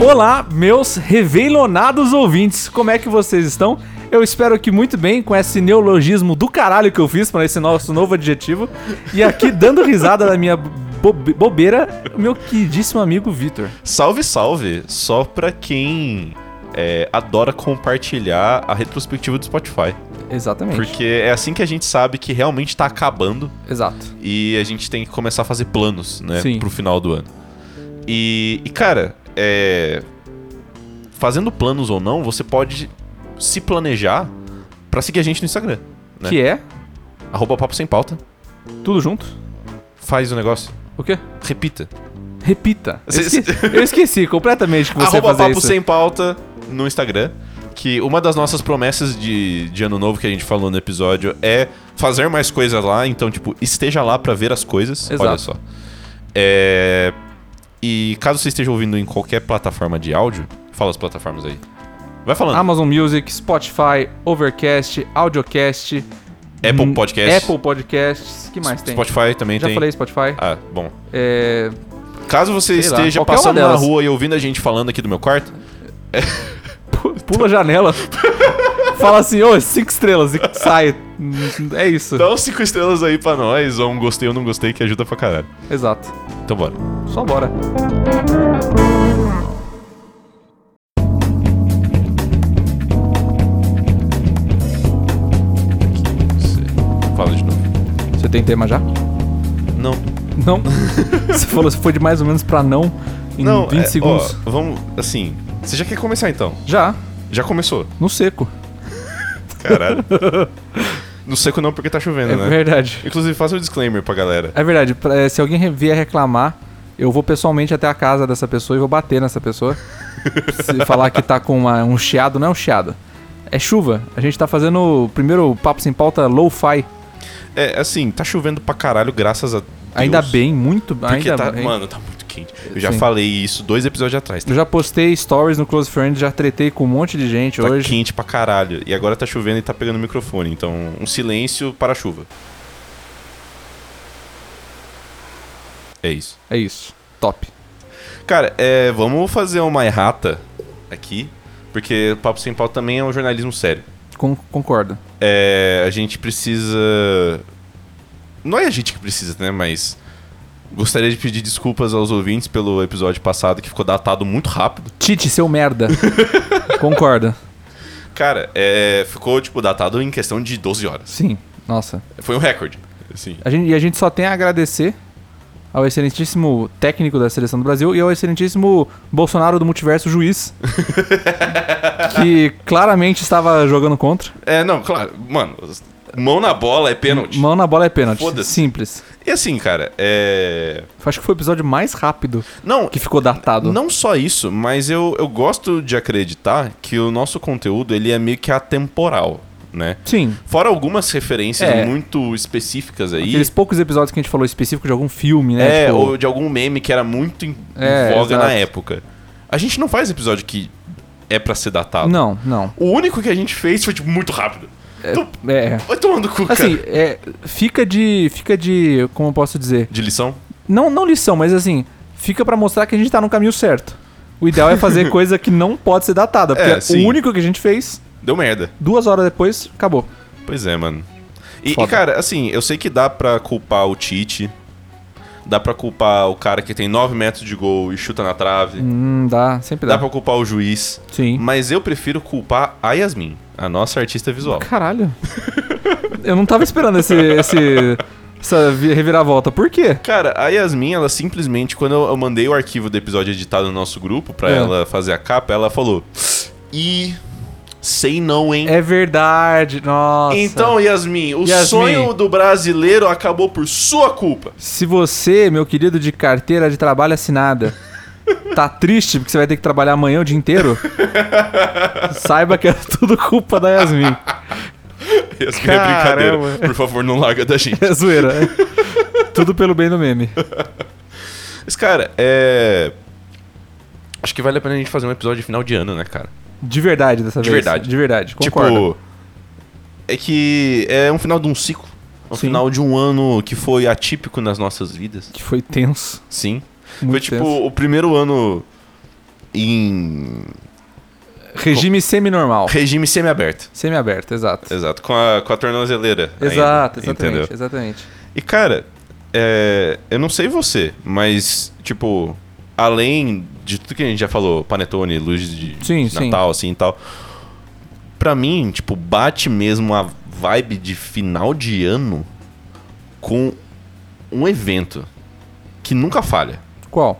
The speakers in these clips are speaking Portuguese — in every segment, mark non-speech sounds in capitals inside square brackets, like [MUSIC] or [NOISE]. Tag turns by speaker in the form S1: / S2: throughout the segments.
S1: Olá, meus reveilonados ouvintes, como é que vocês estão? Eu espero que muito bem com esse neologismo do caralho que eu fiz para esse nosso novo adjetivo. E [LAUGHS] aqui, dando risada da minha bobe- bobeira, meu queridíssimo amigo Vitor.
S2: Salve, salve! Só pra quem é, adora compartilhar a retrospectiva do Spotify.
S1: Exatamente.
S2: Porque é assim que a gente sabe que realmente tá acabando
S1: Exato.
S2: e a gente tem que começar a fazer planos, né?
S1: Sim.
S2: Pro final do ano. E, e, cara, é. Fazendo planos ou não, você pode se planejar pra seguir a gente no Instagram. Né?
S1: Que é
S2: Arroba Papo Sem Pauta.
S1: tudo junto.
S2: Faz o negócio.
S1: O quê?
S2: Repita.
S1: Repita. Eu
S2: Cê-
S1: esqueci, eu esqueci completamente que você ia
S2: Arroba
S1: fazer
S2: Papo
S1: isso.
S2: Sem Pauta no Instagram. Que uma das nossas promessas de, de ano novo que a gente falou no episódio é fazer mais coisas lá. Então, tipo, esteja lá pra ver as coisas.
S1: Exato.
S2: Olha só. É, E caso você esteja ouvindo em qualquer plataforma de áudio, fala as plataformas aí. Vai falando.
S1: Amazon Music, Spotify, Overcast, Audiocast,
S2: Apple
S1: hum,
S2: Podcast.
S1: Apple Podcasts, que mais tem?
S2: Spotify também
S1: Já
S2: tem.
S1: falei Spotify.
S2: Ah, bom.
S1: É,
S2: Caso você
S1: Sei lá,
S2: esteja
S1: qualquer uma
S2: passando na
S1: delas.
S2: rua e ouvindo a gente falando aqui do meu quarto,
S1: pula a janela. [LAUGHS] Fala assim, ô, cinco estrelas e sai. É isso.
S2: dá uns 5 estrelas aí pra nós, ou um gostei ou não gostei, que ajuda pra caralho.
S1: Exato.
S2: Então bora.
S1: Só bora.
S2: Fala de novo.
S1: Você tem tema já?
S2: Não.
S1: Não? [LAUGHS] Você falou que foi de mais ou menos pra não em
S2: não,
S1: 20
S2: é,
S1: segundos.
S2: Ó, vamos, assim. Você já quer começar então?
S1: Já,
S2: Já começou.
S1: no seco. [LAUGHS]
S2: Caralho. não seco não porque tá chovendo,
S1: É
S2: né?
S1: verdade.
S2: Inclusive, faça um disclaimer pra galera.
S1: É verdade. pra- eh, Se alguém re- vier reclamar, eu vou pessoalmente até a casa dessa pessoa e vou bater nessa
S2: [LAUGHS]
S1: pessoa. Se falar que tá com uma- um chiado, não é um chiado. É chuva. A gente tá fazendo o primeiro papo sem pauta low-fi.
S2: É, assim, tá chovendo pra caralho, graças a Deus.
S1: Ainda bem, muito
S2: Porque
S1: ainda
S2: tá,
S1: bem.
S2: mano, tá muito quente. Eu já
S1: Sim.
S2: falei isso dois episódios atrás. Tá,
S1: Eu já postei stories no Close Friends, já tretei com um monte de gente
S2: tá
S1: hoje.
S2: quente pra caralho. E agora tá chovendo e tá pegando o microfone. Então, um silêncio para a chuva. É isso.
S1: É isso. Top.
S2: Cara, é, vamos fazer uma errata aqui, porque Papo Sem Pau também é um jornalismo sério.
S1: Con- concordo.
S2: É, a gente precisa. Não é a gente que precisa, né? Mas. Gostaria de pedir desculpas aos ouvintes pelo episódio passado que ficou datado muito rápido.
S1: Tite, seu
S2: [LAUGHS]
S1: merda. Concorda.
S2: Cara, é, ficou, tipo, datado em questão de 12 horas.
S1: Sim. Nossa.
S2: Foi um recorde. Assim.
S1: A gente- e a gente só tem a agradecer ao excelentíssimo técnico da seleção do Brasil e ao excelentíssimo Bolsonaro do multiverso
S2: [LAUGHS]
S1: juiz. que claramente estava jogando contra.
S2: É, não, claro. Mano, mão na bola é pênalti.
S1: Mão na bola é pênalti.
S2: Foda-se.
S1: Simples.
S2: E assim, cara, é.
S1: Acho que foi o episódio mais rápido
S2: Não,
S1: que ficou datado.
S2: Não só isso, mas eu, eu gosto de acreditar que o nosso conteúdo ele é meio que atemporal, né?
S1: Sim.
S2: Fora algumas referências
S1: É.
S2: muito específicas aí.
S1: Aqueles poucos episódios que a gente falou específico de algum filme, né?
S2: É,
S1: Tipo,
S2: ou de algum meme que era muito em em
S1: É,
S2: voga
S1: exato.
S2: na época. A gente não faz episódio que é pra ser datado.
S1: Não, não.
S2: O único que a gente fez foi, tipo, muito rápido. Então,
S1: É.
S2: vai tomando cu, cara.
S1: Assim, é, fica de. Fica de. Como eu posso dizer?
S2: De lição?
S1: Não, não lição, mas assim, fica pra mostrar que a gente tá no caminho certo. O ideal é [LAUGHS] fazer coisa que não pode ser datada, porque
S2: É, sim.
S1: o único que a gente fez,
S2: Deu merda.
S1: duas horas depois, acabou.
S2: Pois é, mano. E, e,
S1: Foda.
S2: cara, assim, eu sei que dá pra culpar o Tite. Dá pra culpar o cara que tem 9 metros de gol e chuta na trave.
S1: Hum, dá, sempre dá.
S2: Dá pra culpar o juiz.
S1: Sim.
S2: Mas eu prefiro culpar a Yasmin, a nossa artista visual.
S1: Caralho. [LAUGHS] Eu não tava esperando esse, esse, essa vi- reviravolta. Por quê?
S2: Cara, a Yasmin, ela simplesmente, quando eu eu mandei o arquivo do episódio editado no nosso grupo pra
S1: É.
S2: ela fazer a capa, ela falou: Ih, sei não, hein?
S1: É verdade, nossa.
S2: Então, Yasmin, o
S1: Yasmin.
S2: sonho do brasileiro acabou por sua culpa. [LAUGHS]
S1: Se você, meu querido de carteira de trabalho assinada, tá triste porque você vai ter que trabalhar amanhã o dia
S2: [LAUGHS]
S1: inteiro, saiba que é tudo culpa da Yasmin.
S2: Yasmin é
S1: Caramba.
S2: brincadeira. Por favor, não larga da gente.
S1: É zoeira. Tudo pelo bem do meme.
S2: Mas, cara, é. Acho que vale a pena a gente fazer um episódio de final de ano, né, cara?
S1: De verdade dessa
S2: De
S1: vez.
S2: verdade.
S1: De verdade, concordo.
S2: Tipo, é que é um final de um ciclo. Um
S1: Sim.
S2: final de um ano que foi atípico nas nossas vidas.
S1: Que foi tenso.
S2: Sim.
S1: Muito
S2: foi tipo
S1: tenso.
S2: o primeiro ano em
S1: Regime semi-normal.
S2: regime semiaberto.
S1: Semi-aberto, exato.
S2: Exato, com a, com a tornozeleira. ainda,
S1: Exato, exatamente,
S2: Entendeu?
S1: exatamente.
S2: E cara, é, eu não sei você, mas tipo, além de tudo que a gente já falou, panetone, luz de,
S1: Sim,
S2: de
S1: sim.
S2: Natal, assim e tal, pra mim, tipo, bate mesmo a vibe de final de ano com um evento que nunca falha,
S1: Qual?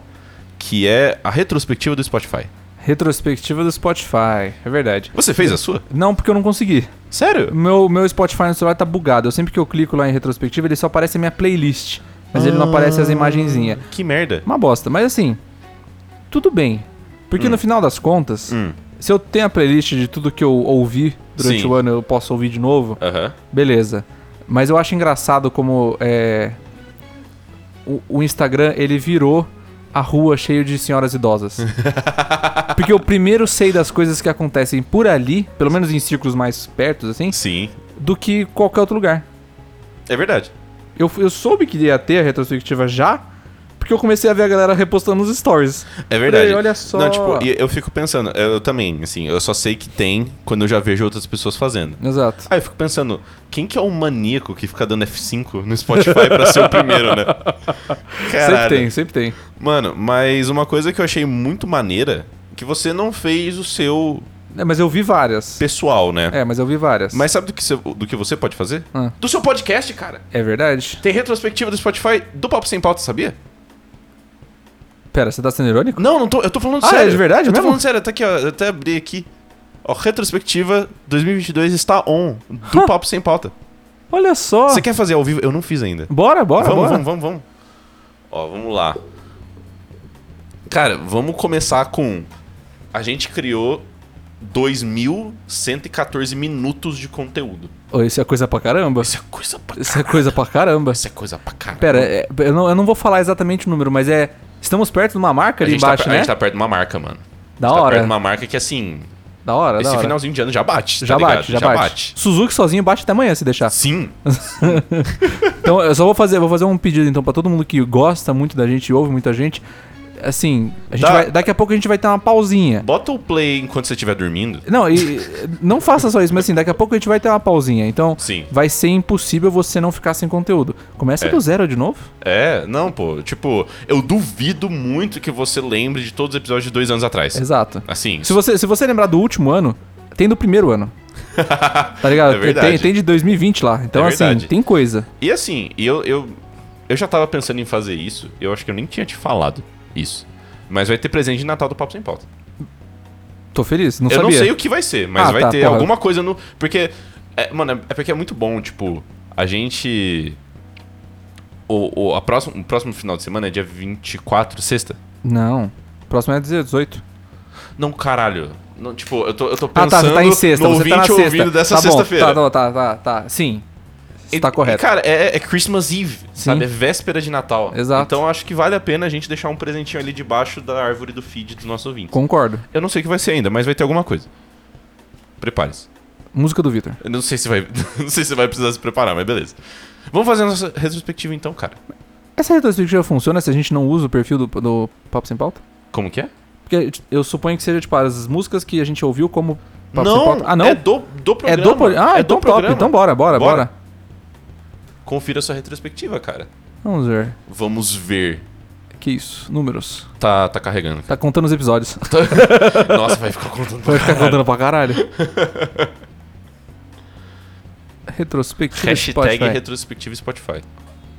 S2: que é a retrospectiva do Spotify.
S1: Retrospectiva do Spotify, é verdade.
S2: Você fez a sua?
S1: Não, porque eu não consegui.
S2: Sério?
S1: Meu, meu Spotify no celular tá bugado. Eu sempre que eu clico lá em retrospectiva, ele só aparece a minha playlist. Mas
S2: Ah.
S1: ele não aparece as imagenzinhas.
S2: Que merda.
S1: Uma bosta. Mas assim, tudo bem. Porque no final das contas,
S2: Hum.
S1: se eu tenho a playlist de tudo que eu ouvi durante
S2: Sim.
S1: o ano, eu posso ouvir de novo,
S2: Aham.
S1: beleza. Mas eu acho engraçado como é, o, o Instagram, ele virou a rua cheia de senhoras
S2: [LAUGHS]
S1: idosas. Porque eu primeiro sei das coisas que acontecem por ali, pelo menos em círculos mais pertos, assim,
S2: Sim.
S1: do que qualquer outro lugar.
S2: É verdade.
S1: Eu, eu soube que ia ter a retrospectiva já, porque eu comecei a ver a galera repostando nos stories.
S2: É verdade.
S1: Falei, olha só.
S2: Não, tipo, e eu fico pensando, eu também, assim, eu só sei que tem quando eu já vejo outras pessoas fazendo.
S1: Exato.
S2: Aí eu fico pensando, quem que é o maníaco que fica dando F5 no Spotify pra ser o primeiro, né?
S1: [LAUGHS] Sempre
S2: Caralho.
S1: tem, sempre tem.
S2: Mano, mas uma coisa que eu achei muito maneira, que você não fez o seu
S1: É, mas eu vi várias.
S2: pessoal, né?
S1: É, mas eu vi várias.
S2: Mas sabe do que, você- do que você pode fazer?
S1: Ah.
S2: Do seu podcast, cara.
S1: É verdade?
S2: Tem retrospectiva do Spotify do Papo Sem Pauta, sabia?
S1: Pera, você tá sendo irônico?
S2: Não, não tô, eu tô falando
S1: Ah,
S2: sério.
S1: é de verdade
S2: Eu tô
S1: mesmo?
S2: falando sério, tá aqui, ó, eu até abri aqui. Ó, retrospectiva 2022 está on, do
S1: Hã?
S2: Papo Sem Pauta.
S1: Olha só.
S2: Você quer fazer ao vivo? Eu não fiz ainda.
S1: Bora, bora,
S2: vamos,
S1: Ah, bora.
S2: vamos, vamos, vamos. Ó, vamos lá. Cara, vamos começar com... A gente criou 2.114 minutos de conteúdo.
S1: Ô, isso é coisa pra caramba.
S2: Isso é coisa pra
S1: Isso é
S2: caralho.
S1: coisa pra caramba.
S2: Isso é coisa pra caralho.
S1: Pera, é- eu, não, eu não vou falar exatamente o número, mas é. Estamos perto de uma marca
S2: a
S1: ali
S2: gente, tá,
S1: embaixo,
S2: a
S1: né?
S2: gente tá perto de uma marca, mano.
S1: Da,
S2: a gente tá
S1: hora,
S2: perto de uma marca que, assim,
S1: da hora. Da
S2: esse
S1: hora.
S2: finalzinho de ano já bate, tá
S1: já,
S2: ligado?
S1: bate, já, bate, Suzuki sozinho bate até amanhã se deixar.
S2: Sim.
S1: Então eu só vou fazer, vou fazer um pedido então pra todo mundo que gosta muito da gente, e ouve muita gente. Assim, a gente
S2: Dá-
S1: vai- daqui a pouco a gente vai ter uma pausinha.
S2: Bota o play enquanto você estiver dormindo.
S1: Não, e não faça só isso, mas assim, daqui a pouco a gente vai ter uma pausinha. Então,
S2: Sim.
S1: vai ser impossível você não ficar sem conteúdo. Começa
S2: É.
S1: do zero de novo?
S2: É, não, pô. Tipo, eu duvido muito que você lembre de todos os episódios de dois anos atrás.
S1: Exato.
S2: Assim.
S1: Se você, se você lembrar do último ano, tem do primeiro
S2: [LAUGHS]
S1: ano. tá ligado?
S2: É verdade.
S1: tem, tem de 2020 lá. Então,
S2: É
S1: assim,
S2: verdade.
S1: tem coisa.
S2: E assim, e eu, eu. Eu já tava pensando em fazer isso. Eu acho que eu nem tinha te falado isso. Mas vai ter presente de Natal do Papo Sem Pauta.
S1: Tô feliz, não
S2: eu
S1: sabia.
S2: não sei o que vai ser, mas
S1: Ah,
S2: vai
S1: tá,
S2: ter
S1: porra.
S2: alguma coisa no. Porque. é, mano, é- é porque é muito bom, tipo, a gente. O, o, a próximo, o próximo final de semana é dia 24, sexta?
S1: Não. Próximo é 18.
S2: Não, caralho. Não, tipo, eu tô, eu tô
S1: Ah, tá,
S2: pensando
S1: você tá em sexta,
S2: no
S1: você tá na
S2: ouvinte
S1: sexta.
S2: ouvindo dessa
S1: tá bom,
S2: sexta-feira.
S1: Tá, tá, tá, tá. Sim. Você
S2: E-
S1: tá
S2: E,
S1: correto.
S2: cara, é, é Christmas Eve, sabe? É
S1: Sim.
S2: véspera de Natal.
S1: Exato.
S2: Então acho que vale a pena a gente deixar um presentinho ali debaixo da árvore do feed dos nossos ouvintes.
S1: Concordo.
S2: Eu não sei o que vai ser ainda, mas vai ter alguma coisa. Prepare-se.
S1: Música do Vitor.
S2: Eu não sei se vai. [LAUGHS] não sei se vai precisar se preparar, mas beleza. Vamos fazer a nossa retrospectiva então, cara.
S1: Essa retrospectiva funciona se a gente não usa o perfil do, do Papo Sem Pauta?
S2: Como que é?
S1: Porque eu suponho que seja, tipo, as músicas que a gente ouviu como Papo Sem Pauta. Ah, não?
S2: É do, do programa.
S1: do pro- Ah, então top. Então bora, bora,
S2: Bora.
S1: bora.
S2: Confira a sua retrospectiva, cara.
S1: Vamos ver.
S2: Vamos ver.
S1: Que isso? Números.
S2: Tá, tá carregando.
S1: Tá contando os
S2: [LAUGHS]
S1: episódios.
S2: Nossa, vai ficar contando.
S1: Vai ficar contando pra
S2: [LAUGHS]
S1: caralho. Retrospectiva
S2: Hashtag
S1: é Spotify.
S2: retrospectiva Spotify.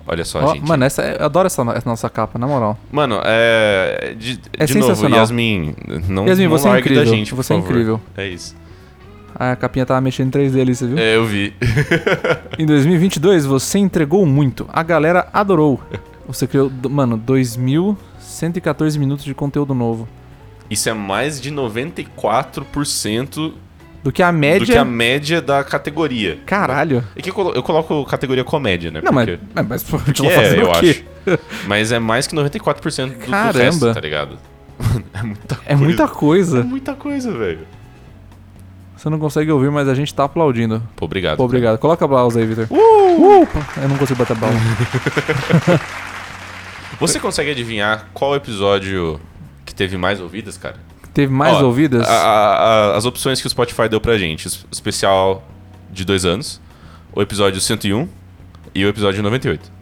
S2: Olha só,
S1: Ó,
S2: gente.
S1: mano, essa, é, eu adoro essa, essa nossa capa, na moral.
S2: Mano, é. De,
S1: É
S2: de novo,
S1: sensacional.
S2: Yasmin, não,
S1: Yasmin,
S2: não
S1: você é
S2: largue da
S1: incrível,
S2: gente. por
S1: você é
S2: favor.
S1: incrível.
S2: É isso.
S1: Ah, a capinha tava mexendo em 3D ali, você viu?
S2: É, eu vi. [LAUGHS]
S1: Em 2022, você entregou muito. A galera adorou. Você criou, do- mano, 2.114 minutos de conteúdo novo.
S2: Isso é mais de 94%
S1: Do que a média...
S2: do que a média da categoria.
S1: Caralho.
S2: É que eu colo- eu coloco categoria comédia, né?
S1: Não, mas...
S2: Porque-
S1: é, Mas, pô,
S2: que é, eu acho. Mas é mais que 94% do, do
S1: Caramba.
S2: resto, tá ligado? Mano, é muita coisa.
S1: É muita coisa.
S2: É muita coisa, velho.
S1: Você não consegue ouvir, mas a gente tá aplaudindo.
S2: Pô, obrigado.
S1: Pô, obrigado. Coloca a pausa aí, Victor.
S2: Uh!
S1: Opa, eu não consigo bater balão.
S2: Você consegue adivinhar qual episódio que teve mais ouvidas, cara?
S1: Teve mais
S2: Ó,
S1: ouvidas?
S2: a- a- a- as opções que o Spotify deu pra gente: es- especial de dois anos, o episódio 101 e o episódio 98.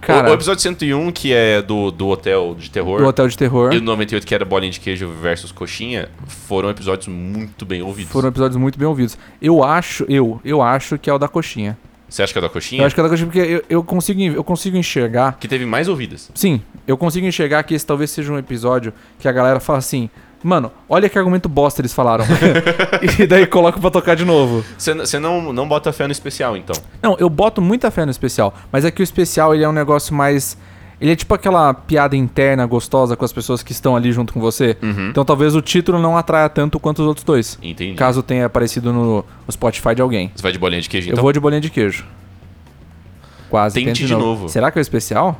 S1: Cara,
S2: O, o episódio 101, que é do, do hotel de terror,
S1: do Hotel de Terror.
S2: e o 98, que era bolinha de queijo versus coxinha, foram episódios muito bem ouvidos.
S1: Foram episódios muito bem ouvidos. Eu acho, eu, eu acho que é o da coxinha.
S2: Você acha que é da coxinha?
S1: Eu acho que é o da coxinha porque eu, eu consigo, eu consigo enxergar.
S2: Que teve mais ouvidas.
S1: Sim, eu consigo enxergar que esse talvez seja um episódio que a galera fala assim. Mano, olha que argumento bosta eles falaram. [LAUGHS] e daí coloco pra tocar de novo.
S2: Você n- você não, não bota fé no especial, então.
S1: Não, eu boto muita fé no especial, mas é que o especial ele é um negócio mais. Ele é tipo aquela piada interna gostosa com as pessoas que estão ali junto com você. Então talvez o título não atraia tanto quanto os outros dois.
S2: Entendi.
S1: Caso tenha aparecido no no Spotify de alguém.
S2: Você vai de bolinha de queijo,
S1: Eu
S2: então.
S1: vou de bolinha de queijo. Quase.
S2: Tente
S1: tento
S2: de novo.
S1: Será que é o especial?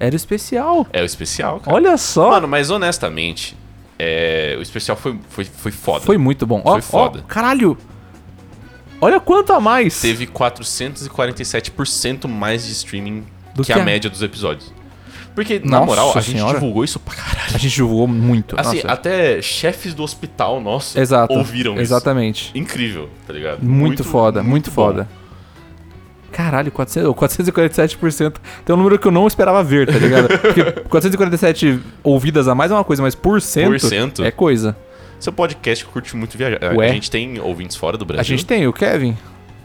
S1: Era o especial.
S2: É o especial, cara.
S1: Olha só.
S2: Mano, mas honestamente, é, o especial foi, foi, foi foda.
S1: Foi muito bom. Ó,
S2: Foi foda.
S1: ó, caralho. Olha quanto a mais.
S2: Teve 447% mais de streaming
S1: Do
S2: que,
S1: que
S2: a
S1: a-
S2: média dos episódios. Porque, na
S1: Nossa
S2: moral, a gente
S1: senhora.
S2: divulgou isso pra caralho.
S1: A gente divulgou muito.
S2: Assim,
S1: Nossa.
S2: até chefes do hospital nosso
S1: Exato.
S2: ouviram
S1: Exatamente.
S2: isso. Incrível, tá ligado?
S1: Muito, foda, muito,
S2: bom.
S1: foda. Caralho, 400, 447%. Tem um número que eu não esperava ver, tá
S2: [LAUGHS]
S1: ligado? Porque 447 ouvidas a mais é uma coisa, mas por cento,
S2: Por cento?
S1: é coisa.
S2: Seu podcast curte muito viajar.
S1: Ué?
S2: A gente tem ouvintes fora do Brasil.
S1: A gente tem o Kevin,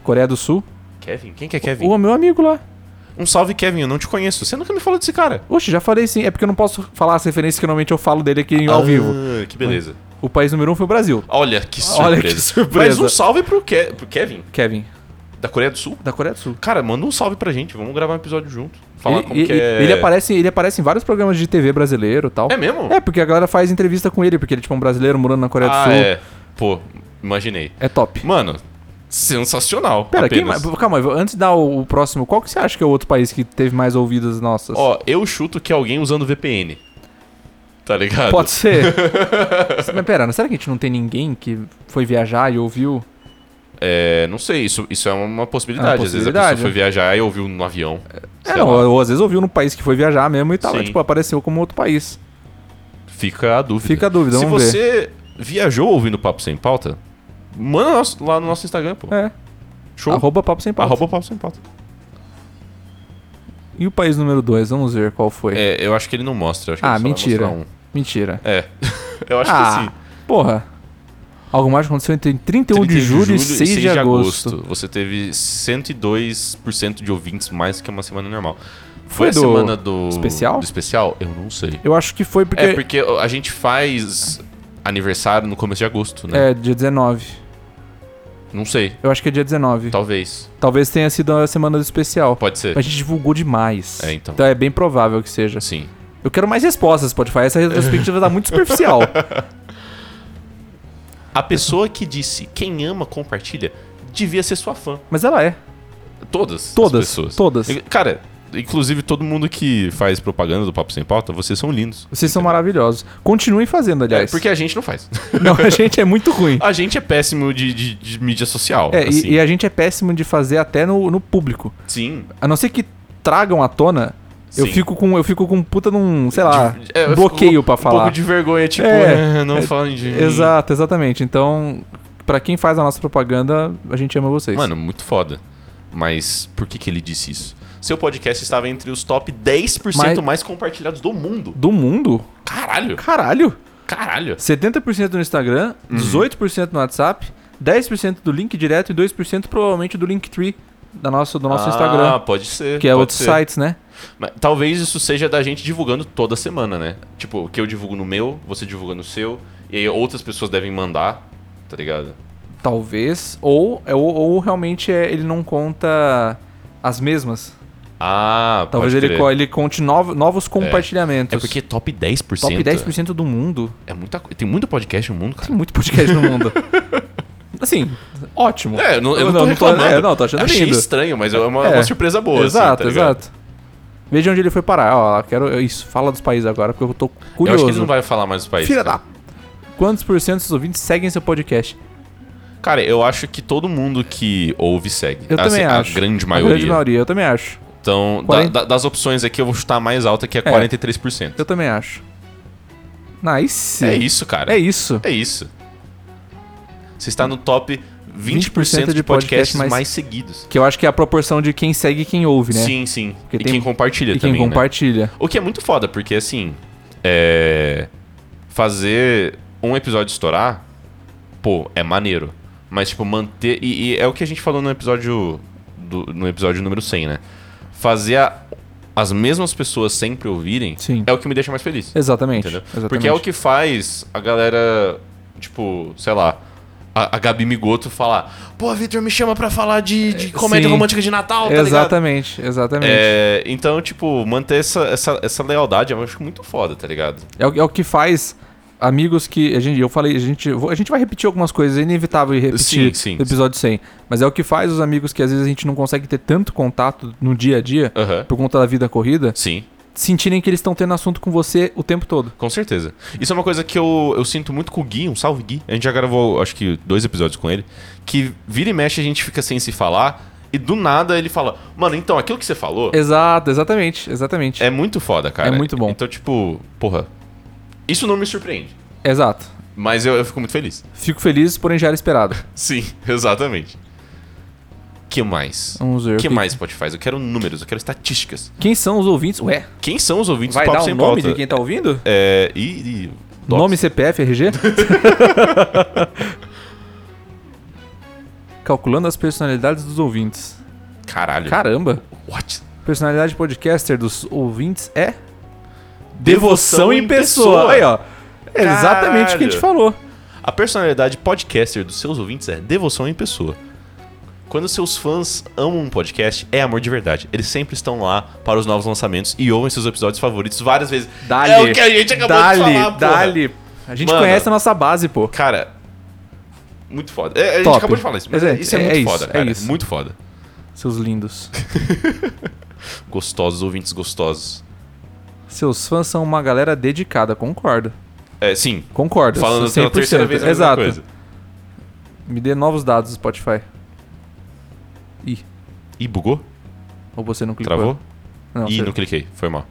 S1: Coreia do Sul.
S2: Kevin? Quem que é Kevin?
S1: O meu amigo lá.
S2: Um salve, Kevin. Eu não te conheço. Você nunca me falou desse cara.
S1: Oxe, já falei sim. É porque eu não posso falar as referências que normalmente eu falo dele aqui ao
S2: Ah,
S1: vivo.
S2: Que beleza.
S1: O país número um foi o Brasil.
S2: Olha que surpresa.
S1: Olha que surpresa.
S2: Mas um salve pro, Ke- pro Kevin,
S1: Kevin,
S2: da Coreia do Sul.
S1: da Coreia do Sul.
S2: Cara, manda um salve pra gente. Vamos gravar um episódio junto. Falar
S1: ele,
S2: como que
S1: ele-
S2: é...
S1: ele aparece, ele aparece em vários programas de TV brasileiro e tal.
S2: É mesmo?
S1: É, porque a galera faz entrevista com ele, porque ele é tipo um brasileiro morando na Coreia
S2: ah,
S1: do Sul.
S2: é. Pô, imaginei.
S1: é top.
S2: Mano, sensacional.
S1: Pera, quem
S2: apenas.
S1: mais? Calma, antes de dar o, o próximo, qual que você acha que é o outro país que teve mais ouvidas nossas?
S2: Ó, eu chuto que é alguém usando VPN. Tá ligado?
S1: Pode [LAUGHS] ser. Mas pera, será que a gente não tem ninguém que foi viajar e ouviu?
S2: É, não sei, isso, isso é uma possibilidade. Às vezes a
S1: possibilidade,
S2: pessoa foi
S1: né?
S2: viajar e ouviu no avião.
S1: É,
S2: Sei
S1: não,
S2: lá.
S1: ou às vezes ouviu no país que foi viajar mesmo e tava,
S2: Sim.
S1: tipo, apareceu como outro país.
S2: Fica a dúvida.
S1: Fica a dúvida,
S2: Se
S1: vamos ver.
S2: você viajou ouvindo Papo Sem Pauta, manda nós- lá no nosso Instagram, pô.
S1: É,
S2: Show.
S1: arroba papo sem papo.
S2: Arroba Papo Sem Pauta.
S1: E o país número 2, vamos ver qual foi.
S2: É, eu acho que ele não mostra. eu acho que
S1: Ah,
S2: ele só vai
S1: mentira.
S2: mostrar um.
S1: Mentira.
S2: É. [LAUGHS] eu acho
S1: ah,
S2: que sim.
S1: porra. Algo mais aconteceu entre 31,
S2: 31
S1: de julho e 6 de, agosto.
S2: Você teve 102% de ouvintes mais que uma semana normal.
S1: Foi
S2: Foi, a
S1: do
S2: semana do
S1: especial?
S2: do especial? Eu não sei.
S1: Eu acho que foi porque...
S2: É porque a gente faz aniversário no começo de agosto, né?
S1: é, dia 19.
S2: Não sei.
S1: Eu acho que é dia 19.
S2: Talvez.
S1: Talvez tenha sido a semana do especial.
S2: Tá. Pode ser.
S1: A gente divulgou demais.
S2: É, então.
S1: Então é bem provável que seja.
S2: Sim.
S1: Eu quero mais respostas, Spotify. Essa retrospectiva tá muito superficial.
S2: A pessoa que disse quem ama compartilha devia ser sua fã.
S1: Mas ela é.
S2: Todas.
S1: Todas,
S2: As pessoas.
S1: todas.
S2: E- Cara, inclusive todo mundo que faz propaganda do Papo Sem Pauta, vocês são lindos.
S1: Vocês são maravilhosos. Continuem fazendo,
S2: É,
S1: aliás.
S2: porque a gente não faz.
S1: Não, a gente é muito
S2: [LAUGHS]
S1: ruim.
S2: A gente é péssimo de, de- de mídia social.
S1: É, e-
S2: assim.
S1: e, a gente é péssimo de fazer até no, no público.
S2: Sim.
S1: A não ser que tragam à tona, eu
S2: Sim.
S1: fico com eu fico com um puta num, sei lá,
S2: De- é, eu
S1: bloqueio
S2: fico
S1: pra
S2: Um
S1: falar.
S2: pouco de vergonha, tipo,
S1: É.
S2: "Ah, não falem de mim."
S1: Exato, exatamente. Então, pra quem faz a nossa propaganda, a gente ama vocês.
S2: Mano, muito foda. Mas por que, que ele disse isso? Seu podcast estava entre os top 10%
S1: Mas-
S2: mais compartilhados do mundo.
S1: do mundo?
S2: Caralho, Uhum.
S1: Caralho.
S2: caralho.
S1: 70% no Instagram, 18% no WhatsApp, 10% do link direto e 2% provavelmente do Linktree da nosso, do nosso
S2: Ah,
S1: Instagram,
S2: pode ser.
S1: que é
S2: pode
S1: outros
S2: ser.
S1: sites, né?
S2: Mas talvez isso seja da gente divulgando toda semana, né? Tipo, o que eu divulgo no meu, você divulga no seu, e aí outras pessoas devem mandar, tá ligado?
S1: Talvez. Ou, é, ou, ou realmente é- ele não conta as mesmas.
S2: Ah,
S1: Talvez
S2: pode
S1: ele,
S2: crer.
S1: co- ele conte novo- novos compartilhamentos.
S2: É porque top 10%.
S1: Top 10% do mundo.
S2: É muita coisa. Tem muito podcast no mundo, cara.
S1: Tem muito podcast no
S2: [LAUGHS]
S1: mundo. Assim, ótimo.
S2: É, eu não,
S1: não,
S2: eu não, tô
S1: não tô-
S2: reclamando.
S1: é, não, tô achando
S2: Achei
S1: lindo.
S2: estranho, mas é uma,
S1: É.
S2: uma surpresa boa, assim,
S1: exato,
S2: tá ligado?
S1: exato. Veja onde ele foi parar. Ó, quero. Isso, fala dos países agora, porque eu tô
S2: Eu
S1: curioso.
S2: né? acho que ele não vai falar mais dos países.
S1: Filha
S2: cara.
S1: da. Quantos por cento dos ouvintes seguem seu podcast?
S2: Cara, eu acho que todo mundo que ouve segue.
S1: Eu
S2: Assim,
S1: também
S2: a
S1: acho.
S2: Grande
S1: A
S2: maioria.
S1: grande maioria, eu também acho.
S2: Então, da-
S1: 40
S2: da- das opções aqui, eu vou chutar a mais alta, que é, 43%.
S1: Eu também acho. Nice.
S2: É isso, cara.
S1: É isso.
S2: É isso. Você está no top 20%,
S1: 20%
S2: de
S1: de
S2: podcasts
S1: podcasts
S2: mais,
S1: mais-
S2: seguidos.
S1: Que eu acho que é a proporção de quem segue e quem ouve, né?
S2: Sim, sim.
S1: Porque
S2: e
S1: tem-
S2: quem compartilha
S1: E quem
S2: também. né?
S1: compartilha.
S2: O que é muito foda, porque assim. É. Fazer um episódio estourar, pô, é maneiro. Mas, tipo, manter. E, e é o que a gente falou no episódio. do- no episódio número 100, né? Fazer a- as mesmas pessoas sempre ouvirem
S1: Sim.
S2: é o que me deixa mais feliz.
S1: Exatamente.
S2: Entendeu?
S1: Exatamente.
S2: Porque é o que faz a galera, tipo, sei lá, a, a Gabi Migoto falar: Pô, Victor, me chama pra falar de, de comédia
S1: É, sim.
S2: romântica de Natal, tá ligado?
S1: Exatamente, exatamente. É...
S2: É, então, tipo, manter essa, essa, essa lealdade é, eu acho muito foda, tá ligado?
S1: o, é o que faz amigos que. A gente, eu falei, a gente, vou- a gente vai repetir algumas coisas, é inevitável ir repetir
S2: Sim, sim,
S1: do episódio 100. Mas é o que faz os amigos que às vezes a gente não consegue ter tanto contato no dia a dia,
S2: Aham.
S1: por conta da vida corrida,
S2: Sim,
S1: sentirem que eles estão tendo assunto com você o tempo todo.
S2: com certeza. Isso é uma coisa que eu, eu sinto muito com o Gui, um salve Gui. A gente já gravou, acho que, dois episódios com ele. Que vira e mexe a gente fica sem se falar. E do nada ele fala: Mano, então aquilo que você falou
S1: Exato, exatamente, exatamente.
S2: é muito foda, cara.
S1: É muito bom.
S2: Então, tipo, porra. Isso não me surpreende.
S1: Exato.
S2: Mas eu, eu fico muito feliz.
S1: Fico feliz, porém já era esperado.
S2: Sim, [LAUGHS] exatamente. que mais?
S1: Vamos ver.
S2: O
S1: o
S2: que mais, Spotify? Eu quero números, eu quero estatísticas.
S1: Quem são os ouvintes? Ué,
S2: Quem são os ouvintes
S1: vai
S2: do Papo
S1: dar o
S2: Sem
S1: nome
S2: Pauta?
S1: de quem tá ouvindo?
S2: É, e, e docs.
S1: Nome, CPF, [LAUGHS] RG? Calculando as personalidades dos ouvintes.
S2: Caralho.
S1: Caramba!
S2: What?
S1: É. Personalidade podcaster dos ouvintes é.
S2: Devoção em pessoa.
S1: Aí, ó. É Exatamente o que a gente
S2: Caralho.
S1: falou.
S2: A personalidade podcaster dos seus ouvintes é devoção em pessoa. Quando seus fãs amam um podcast, é amor de verdade. Eles sempre estão lá para os novos lançamentos e ouvem seus episódios favoritos várias vezes. é o que a gente acabou
S1: dali,
S2: de falar, porra.
S1: Dali. A gente
S2: Mano.
S1: conhece a nossa base, pô.
S2: Cara, muito foda. É, a gente
S1: Top.
S2: acabou de falar isso, mas
S1: Exato.
S2: isso é,
S1: É
S2: muito
S1: isso,
S2: foda,
S1: é
S2: cara.
S1: isso.
S2: Muito foda.
S1: Seus lindos.
S2: Gostosos, ouvintes gostosos.
S1: Seus fãs são uma galera dedicada, concordo.
S2: É, sim.
S1: Concordo.
S2: Falando pela terceira vez é a mesma
S1: Exato.
S2: coisa.
S1: Me dê novos dados, Spotify. Ih,
S2: Ih, bugou?
S1: ou você não clicou?
S2: Travou?
S1: Não,
S2: Ih,
S1: você-
S2: não cliquei. Foi
S1: [LAUGHS]
S2: mal.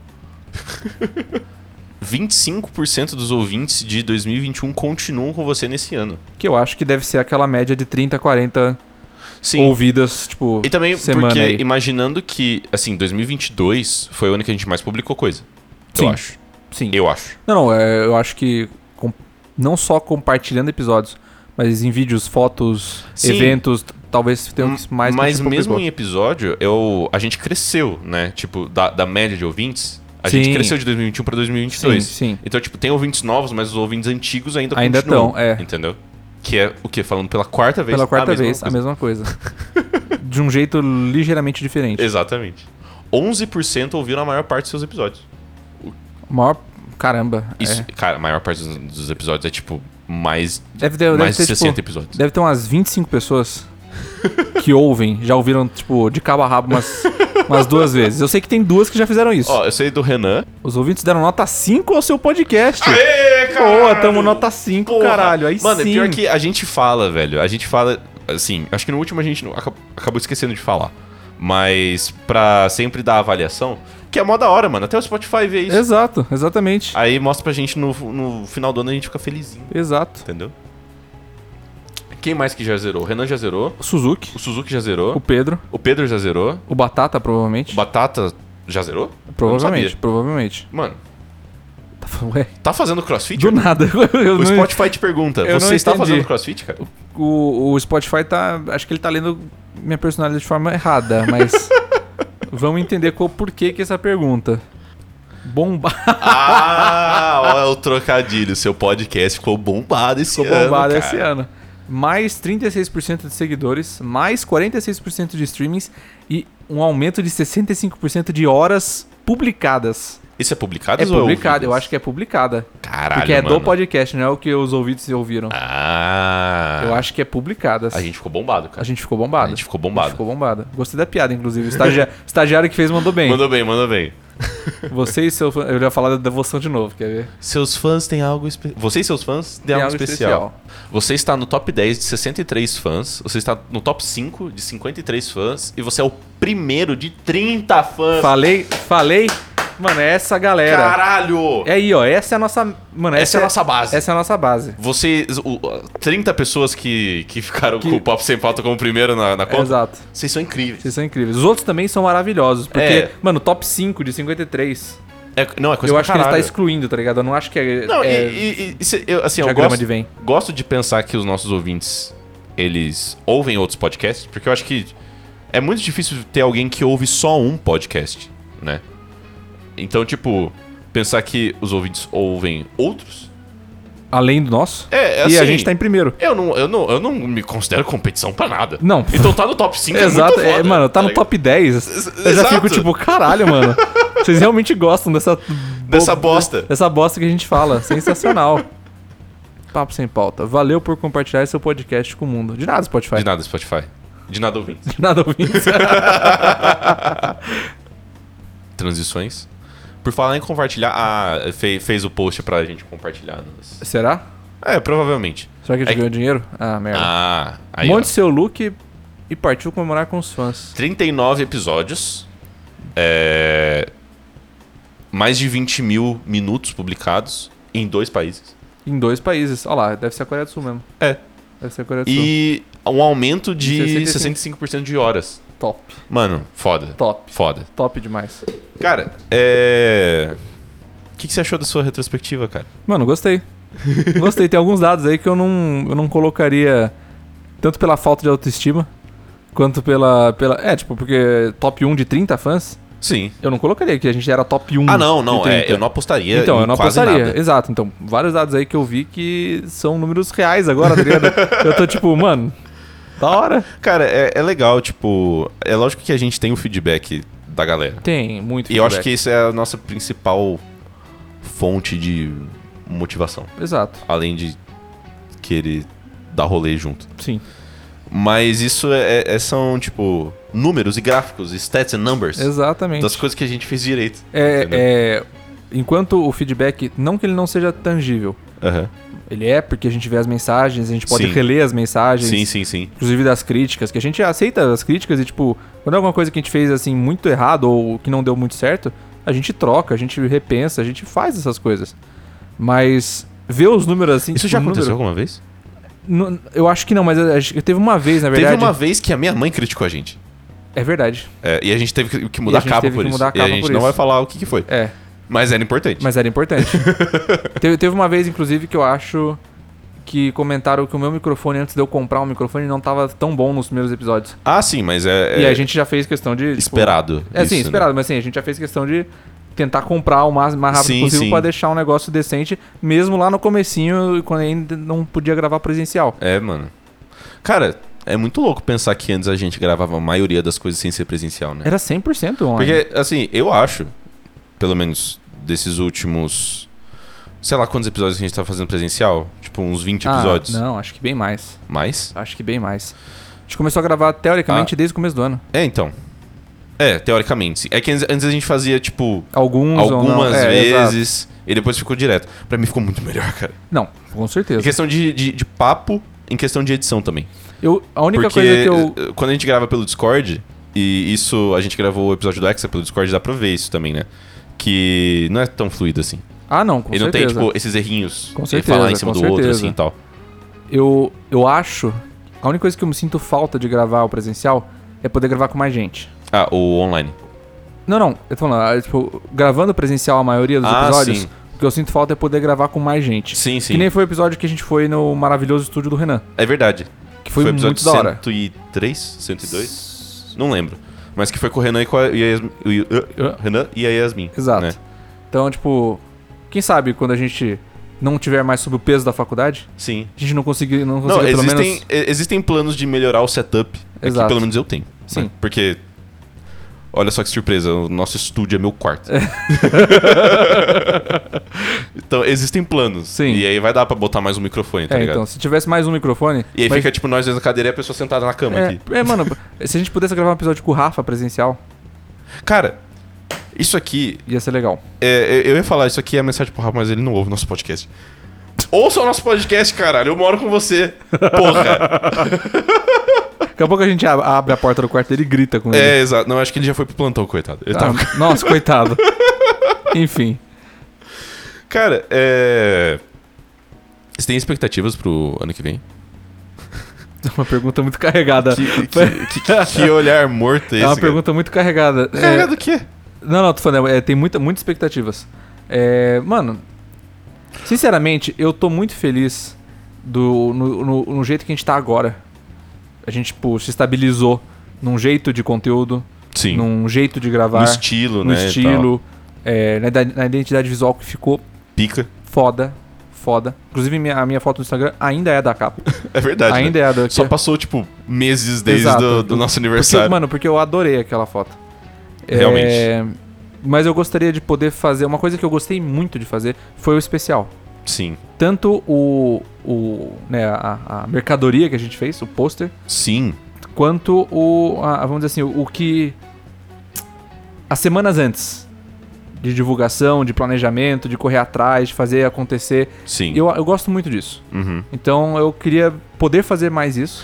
S2: 25% dos ouvintes de 2021 continuam com você nesse ano.
S1: Que eu acho que deve ser aquela média de 30, 40
S2: Sim.
S1: ouvidas, tipo,
S2: E também
S1: semana
S2: porque,
S1: aí.
S2: imaginando que, assim, 2022 foi o ano que a gente mais publicou coisa. Eu
S1: Sim.
S2: acho.
S1: Sim.
S2: Eu acho.
S1: Não, não, é, eu acho que com- não só compartilhando episódios, mas em vídeos, fotos,
S2: Sim.
S1: eventos, t- talvez tenha
S2: M-
S1: mais que a
S2: Mas
S1: gente
S2: mesmo
S1: publicou.
S2: em episódio, eu, a gente cresceu, né? Tipo, da, da média de ouvintes, a gente
S1: Sim.
S2: cresceu de 2021 pra
S1: Sim,
S2: 2022.
S1: sim.
S2: Então, tipo, tem ouvintes novos, mas os ouvintes antigos ainda,
S1: Ainda
S2: continuam.
S1: tão, é.
S2: Entendeu? Que é o quê? Falando pela quarta vez.
S1: Pela quarta
S2: a mesma
S1: vez,
S2: coisa.
S1: a mesma coisa.
S2: [LAUGHS]
S1: De um jeito ligeiramente diferente.
S2: Exatamente. 11% ouviram a maior parte dos seus episódios.
S1: O Maior. Caramba.
S2: Isso,
S1: é.
S2: cara, a maior parte dos, dos episódios é, tipo, mais,
S1: Deve, ter, deve,
S2: mais de
S1: ter,
S2: 60
S1: tipo,
S2: episódios.
S1: deve ter umas 25 pessoas que ouvem, já ouviram, tipo, de cabo a rabo
S2: [LAUGHS]
S1: umas, umas duas vezes. Eu sei que tem duas que já fizeram isso.
S2: Ó, eu sei do Renan.
S1: Os ouvintes deram nota 5 ao seu podcast.
S2: Ê,
S1: Boa, tamo nota 5,
S2: Porra.
S1: caralho. Aí
S2: Mano,
S1: sim.
S2: é pior que a gente fala, velho. A gente fala, assim, acho que no último a gente não- aca- acabou esquecendo de falar. Mas pra sempre dar avaliação, que é mó da hora, mano. Até o Spotify vê isso.
S1: Exato, exatamente.
S2: Aí mostra pra gente no, no final do ano a gente fica felizinho,
S1: Exato.
S2: entendeu? Quem mais que já zerou? O Renan já zerou,
S1: O Suzuki,
S2: o Suzuki já
S1: o
S2: zerou,
S1: Pedro,
S2: o Pedro já zerou,
S1: o Batata, provavelmente.
S2: o Batata já zerou? Eu não
S1: provavelmente,
S2: sabia.
S1: provavelmente.
S2: Mano,
S1: Tá falando, [LAUGHS] Ué, tipo,
S2: tá fazendo crossfit?
S1: do nada. [LAUGHS] Eu
S2: O
S1: não-
S2: Spotify te pergunta,
S1: eu não
S2: você está
S1: entendi.
S2: fazendo crossfit,
S1: [LAUGHS]
S2: cara?
S1: o, o Spotify tá. Acho que ele tá lendo minha personalidade de forma errada, [LAUGHS] mas. vamos entender qual porquê que essa pergunta. Bomba.
S2: Ah, olha o trocadilho. Seu podcast ficou bombado esse
S1: Ficou
S2: ano.
S1: bombado
S2: cara.
S1: esse ano. Mais 36% de seguidores, mais 46% de streamings e um aumento de 65% de horas publicadas.
S2: Isso é publicado
S1: É publicada, eu acho que é publicada.
S2: que. Caralho.
S1: porque é
S2: mano.
S1: do podcast, não é o que os ouvidos ouviram.
S2: Ah.
S1: Eu acho que é publicada.
S2: A gente ficou bombado,
S1: A
S2: cara.
S1: gente ficou bombado.
S2: A gente ficou bombado. [LAUGHS]
S1: ficou bombada. Gostei da piada, inclusive. O estagia- estagiário que fez mandou bem.
S2: Mandou bem, mandou bem.
S1: Você e seu fã. Eu ia falar da devoção de novo, quer ver?
S2: Seus fãs têm algo especial. Você e seus fãs têm
S1: Tem
S2: algo, especial. Você está no top 10 de 63 fãs, você está no top 5 de 53 fãs e você é o primeiro de 30 fãs.
S1: Falei, falei. Mano, é essa galera.
S2: Caralho!
S1: É aí, ó. Essa é a nossa. Mano,
S2: Essa é a nossa base.
S1: Essa é a nossa base.
S2: Você. o- 30 pessoas que, que ficaram com o Pop Sem Pauta como primeiro na, na conta.
S1: Exato.
S2: Vocês são incríveis.
S1: Vocês são incríveis. Os outros também são maravilhosos. Porque,
S2: É.
S1: mano, top 5 de 53.
S2: É- não,
S1: eu
S2: é coisa pra
S1: acho que ele está
S2: caralho.
S1: excluindo, tá ligado? Eu não acho que é.
S2: Não,
S1: é
S2: e, e- e se- eu, assim, eu
S1: diagrama
S2: gosto
S1: de Venn.
S2: gosto de pensar que os nossos ouvintes eles ouvem outros podcasts, porque eu acho que é muito difícil ter alguém que ouve só um podcast, né? Então, tipo, pensar que os ouvintes ouvem outros.
S1: Além do nosso.
S2: É, é
S1: e a
S2: assim,
S1: gente tá em primeiro.
S2: eu não, eu não, eu não me considero competição pra nada.
S1: Não.
S2: Então tá no top 5
S1: Exato,
S2: é
S1: é,
S2: muito foda,
S1: mano, tá no
S2: ligado?
S1: top 10. Eu já
S2: exato.
S1: fico tipo, caralho, mano. Vocês realmente gostam dessa. bo-
S2: Dessa bosta.
S1: Dessa bosta que a gente fala. Sensacional. Papo sem pauta. Valeu por compartilhar seu podcast com o mundo. De nada, Spotify.
S2: De nada, Spotify. De
S1: [LAUGHS]
S2: nada, ouvintes.
S1: De nada,
S2: [LAUGHS]
S1: ouvintes.
S2: Transições. Por falar em compartilhar, ah, fez, fez o post pra gente compartilhar. nos-
S1: Será?
S2: É, provavelmente.
S1: Será que a gente
S2: É que-
S1: ganhou dinheiro? Ah, merda.
S2: Ah, aí. ó.
S1: Monte seu look e partiu comemorar com os fãs.
S2: 39 episódios. é, Mais de 20 mil minutos publicados em dois países.
S1: Em dois países. Olha lá, deve ser a Coreia do Sul mesmo.
S2: É.
S1: Deve ser a Coreia do Sul.
S2: E um aumento de
S1: 65.
S2: 65% de horas.
S1: Top.
S2: Mano, foda.
S1: Top.
S2: Foda.
S1: Top demais.
S2: Cara, é. O que, que você achou da sua retrospectiva, cara?
S1: Mano, [LAUGHS] gostei. Gostei. Tem alguns dados aí que eu não, eu não colocaria tanto pela falta de autoestima, quanto pela, pela. É, tipo, porque top 1 de 30 fãs,
S2: Sim.
S1: eu não colocaria que a gente era top 1.
S2: Ah, não, não.
S1: Hum, de
S2: é,
S1: 30.
S2: eu não apostaria.
S1: Então,
S2: em
S1: eu não
S2: quase
S1: apostaria.
S2: nada.
S1: Exato. Então, vários dados aí que eu vi que são números reais agora, tá
S2: [LAUGHS]
S1: ligado? eu tô tipo, mano, da hora.
S2: Cara, é, é legal, tipo. É lógico que a gente tem o feedback da galera.
S1: Tem muito.
S2: E eu acho que
S1: feedback.
S2: isso é a nossa principal fonte de motivação.
S1: Exato.
S2: Além de querer dar rolê junto.
S1: Sim.
S2: Mas isso é, é- são, tipo, números e gráficos, stats and numbers.
S1: Exatamente.
S2: Das né? coisas que a gente fez direito.
S1: É,
S2: entendeu?
S1: é, enquanto o feedback, não que ele não seja tangível,
S2: Aham.
S1: Ele é porque a gente vê as mensagens, a gente pode
S2: Sim.
S1: reler as mensagens,
S2: Sim, sim, sim.
S1: inclusive das críticas, que a gente aceita as críticas e, tipo, quando é alguma coisa que a gente fez assim muito errado ou que não deu muito certo, a gente troca, a gente repensa, a gente faz essas coisas. Mas ver os números assim.
S2: Isso
S1: tipo,
S2: já
S1: um número-
S2: aconteceu alguma vez?
S1: Não, eu acho que não, mas acho que teve uma vez, na verdade.
S2: Teve uma vez que a minha mãe criticou a gente.
S1: É verdade.
S2: É, e a gente teve que- que
S1: E a
S2: mudar a
S1: gente
S2: capa
S1: teve
S2: por
S1: que
S2: isso.
S1: mudar a
S2: e a
S1: capa
S2: gente
S1: por
S2: não
S1: isso.
S2: vai falar o que, que foi.
S1: É,
S2: Mas era importante.
S1: mas era
S2: [LAUGHS]
S1: importante. teve, teve uma vez, inclusive, que eu acho que comentaram que o meu microfone, antes de eu comprar um microfone, não tava tão bom nos primeiros episódios.
S2: Ah, sim, mas é,
S1: E
S2: é
S1: a gente já fez questão de. tipo,
S2: esperado.
S1: É, sim,
S2: isso, né?
S1: esperado, mas assim, a gente já fez questão de tentar comprar o mais, mais rápido
S2: Sim,
S1: possível
S2: sim.
S1: pra deixar um negócio decente, mesmo lá no comecinho, quando ainda não podia gravar presencial.
S2: É, mano. Cara, é muito louco pensar que antes a gente gravava a maioria das coisas sem ser presencial, né?
S1: Era 100% online.
S2: Porque, assim, eu acho, pelo menos desses últimos. Sei lá quantos episódios a gente tá fazendo presencial? Tipo, uns 20 episódios.
S1: Ah, não, acho que bem mais.
S2: Mais?
S1: Acho que bem mais. A gente começou a gravar, teoricamente, desde o começo do ano.
S2: É, então. É, teoricamente. sim. É que antes antes a gente fazia, tipo,
S1: Alguns ou não.
S2: algumas
S1: É, exato.
S2: vezes e depois ficou direto. Pra mim ficou muito melhor, cara.
S1: Não, com
S2: Em
S1: certeza.
S2: questão de, de, de papo, em questão de edição também.
S1: Eu, a única
S2: Porque
S1: coisa que eu...
S2: eh, quando a gente grava pelo Discord, e isso a gente gravou o episódio do Exa pelo Discord, dá pra ver isso também, né? Que não é tão fluido assim.
S1: Ah, não, com
S2: Ele não
S1: certeza.
S2: tem, tipo, esses errinhos
S1: Com
S2: de
S1: certeza,
S2: falar em cima
S1: com
S2: do outro,
S1: certeza.
S2: assim e tal.
S1: eu, eu acho... A única coisa que eu me sinto falta de gravar o presencial é poder gravar com mais gente.
S2: Ah, o online.
S1: Não, não, eu tô falando, ah, tipo, gravando presencial a maioria dos
S2: Ah,
S1: episódios,
S2: sim.
S1: o que eu sinto falta é poder gravar com mais gente.
S2: Sim, sim.
S1: Que nem foi o episódio que a gente foi no maravilhoso estúdio do Renan,
S2: É verdade.
S1: que foi,
S2: o episódio
S1: muito da hora.
S2: 103, 102? Não lembro. Mas que foi com o Renan e com a e a Yasmin. e- uh, Renan e a Yasmin.
S1: Exato.
S2: né?
S1: Então, tipo, quem sabe quando a gente não tiver mais sob o peso da faculdade,
S2: Sim.
S1: a gente não conseguir, não
S2: Não,
S1: consiga pelo
S2: existem,
S1: menos...
S2: e- existem planos de melhorar o setup. Exato.
S1: Exato.
S2: Que pelo menos eu tenho. né?
S1: Sim.
S2: Porque. Olha só que surpresa, o nosso estúdio é meu quarto. [LAUGHS] então, existem planos.
S1: Sim.
S2: E aí vai dar pra botar mais um microfone, tá
S1: é,
S2: ligado?
S1: então, se tivesse mais um microfone...
S2: E aí
S1: mas-
S2: fica, tipo, nós dois na cadeira e a pessoa sentada na cama aqui.
S1: é, é, mano, se a gente pudesse gravar um episódio com o Rafa presencial,
S2: Cara, Isso aqui,
S1: Ia ser legal.
S2: é, eu ia falar, isso aqui é mensagem pro Rafa, mas ele não ouve o nosso podcast. Ouça o nosso podcast, caralho. Eu moro
S1: [LAUGHS]
S2: com você. Porra.
S1: Daqui a pouco a gente ab- abre a porta do quarto dele e grita com ele.
S2: é, exato. Não, acho que ele já foi pro plantão, coitado. Ele
S1: Tá.
S2: tava-
S1: Nossa, coitado. Enfim.
S2: Cara, é. Você tem expectativas pro ano que vem?
S1: É uma pergunta muito carregada.
S2: Que, que- que- [LAUGHS] que olhar morto é esse?
S1: é uma
S2: cara?
S1: pergunta muito carregada. É,
S2: Carregado o quê?
S1: Não, não, tô falando, é, tem muita, muitas expectativas. É, mano, sinceramente, eu tô muito feliz do, no, no- no jeito que a gente tá agora. A gente, tipo, se estabilizou num jeito de conteúdo,
S2: Sim.
S1: num jeito de
S2: No
S1: gravar,
S2: estilo,
S1: no
S2: né? e tal.
S1: estilo, é, na, ida- na identidade visual que ficou
S2: Pica.
S1: foda, foda. Inclusive, minha- a minha foto no Instagram ainda é a da capa.
S2: É verdade. né?
S1: ainda é a da
S2: Só passou, tipo, meses desde
S1: Exato.
S2: do, do nosso
S1: Porque,
S2: aniversário.
S1: mano, porque eu adorei aquela foto. É,
S2: Realmente.
S1: mas eu gostaria de poder fazer. Uma coisa que eu gostei muito de fazer foi o especial.
S2: Sim.
S1: Tanto o. o né, a, a mercadoria que a gente fez, o pôster,
S2: Sim.
S1: quanto o. a- vamos dizer assim, o, o que. As semanas antes. De divulgação, de planejamento, de correr atrás, de fazer acontecer.
S2: Sim.
S1: Eu, eu gosto muito disso.
S2: Uhum.
S1: Então eu queria poder fazer mais isso.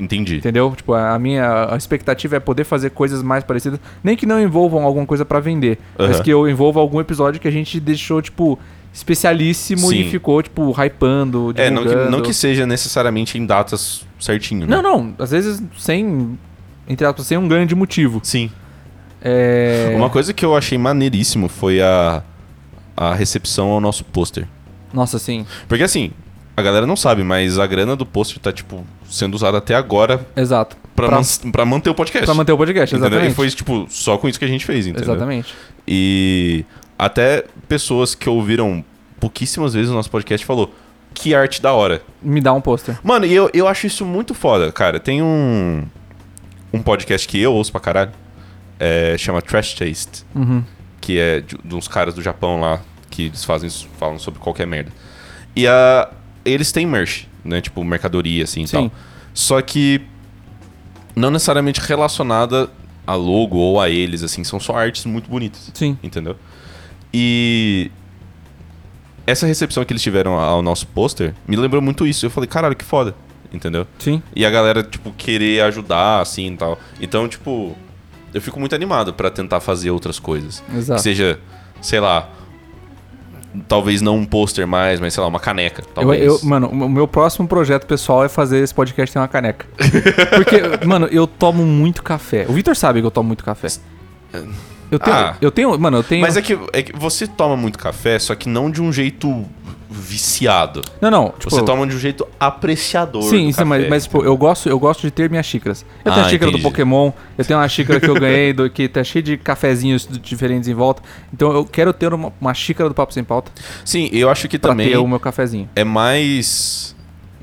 S2: Entendi.
S1: Entendeu? Tipo, a a minha a expectativa é poder fazer coisas mais parecidas. Nem que não envolvam alguma coisa pra vender, mas
S2: Aham.
S1: que eu envolva algum episódio que a gente deixou, tipo, especialíssimo e
S2: Sim.
S1: ficou, tipo, hypando,
S2: É, não que,
S1: divulgando.
S2: não que seja necessariamente em datas certinho, né?
S1: Não, não. Às vezes sem, entre aspas, sem um grande motivo.
S2: Sim.
S1: É...
S2: Uma coisa que eu achei maneiríssimo foi a, a recepção ao nosso pôster.
S1: Nossa, sim.
S2: Porque assim, a galera não sabe, mas a grana do pôster tá, tipo, sendo usada até agora
S1: Exato.
S2: pra,
S1: Pra-
S2: mans- pra manter o podcast.
S1: Pra manter o podcast,
S2: entendeu?
S1: exatamente.
S2: E foi, tipo, só com isso que a gente fez, entendeu?
S1: Exatamente.
S2: E até pessoas que ouviram pouquíssimas vezes o nosso podcast falou que arte da hora.
S1: Me dá um pôster.
S2: Mano, e eu, eu acho isso muito foda, cara. Tem um, um podcast que eu ouço pra caralho, é, chama Trash Taste,
S1: Uhum.
S2: que é de, de uns caras do Japão lá, que eles fazem, falam sobre qualquer merda. E a, eles têm merch, né? Tipo, mercadoria, assim, e
S1: Sim.
S2: tal. Só que não necessariamente relacionada a logo ou a eles, assim. São só artes muito bonitas
S1: Sim.
S2: entendeu? E essa recepção que eles tiveram ao nosso pôster me lembrou muito isso. Eu falei, caralho, que foda, entendeu?
S1: Sim.
S2: E a galera, tipo, querer ajudar, assim e tal. Então, tipo, eu fico muito animado pra tentar fazer outras coisas.
S1: Exato.
S2: Que seja, sei lá, talvez não um pôster mais, mas sei lá, uma caneca,
S1: Eu,
S2: talvez.
S1: eu- mano, o meu próximo projeto pessoal é fazer esse podcast ter uma caneca.
S2: [LAUGHS]
S1: Porque, mano, eu tomo muito café. O Vitor sabe que eu tomo muito café. Eu tenho,
S2: Ah.
S1: eu tenho, mano, eu tenho.
S2: Mas é que, é que você toma muito café, só que não de um jeito viciado.
S1: Não, não. Tipo,
S2: você toma de um jeito apreciador.
S1: Sim,
S2: do
S1: sim, mas,
S2: café.
S1: mas tipo, eu gosto, eu gosto de ter minhas xícaras. Eu tenho
S2: Ah,
S1: a xícara do
S2: entendi.
S1: Pokémon, eu tenho uma xícara que eu ganhei, do, que tá cheia de cafezinhos d- diferentes em volta. Então eu quero ter uma, uma xícara do Papo Sem Pauta
S2: Sim, eu acho que
S1: pra
S2: também
S1: ter o meu cafezinho.
S2: é mais.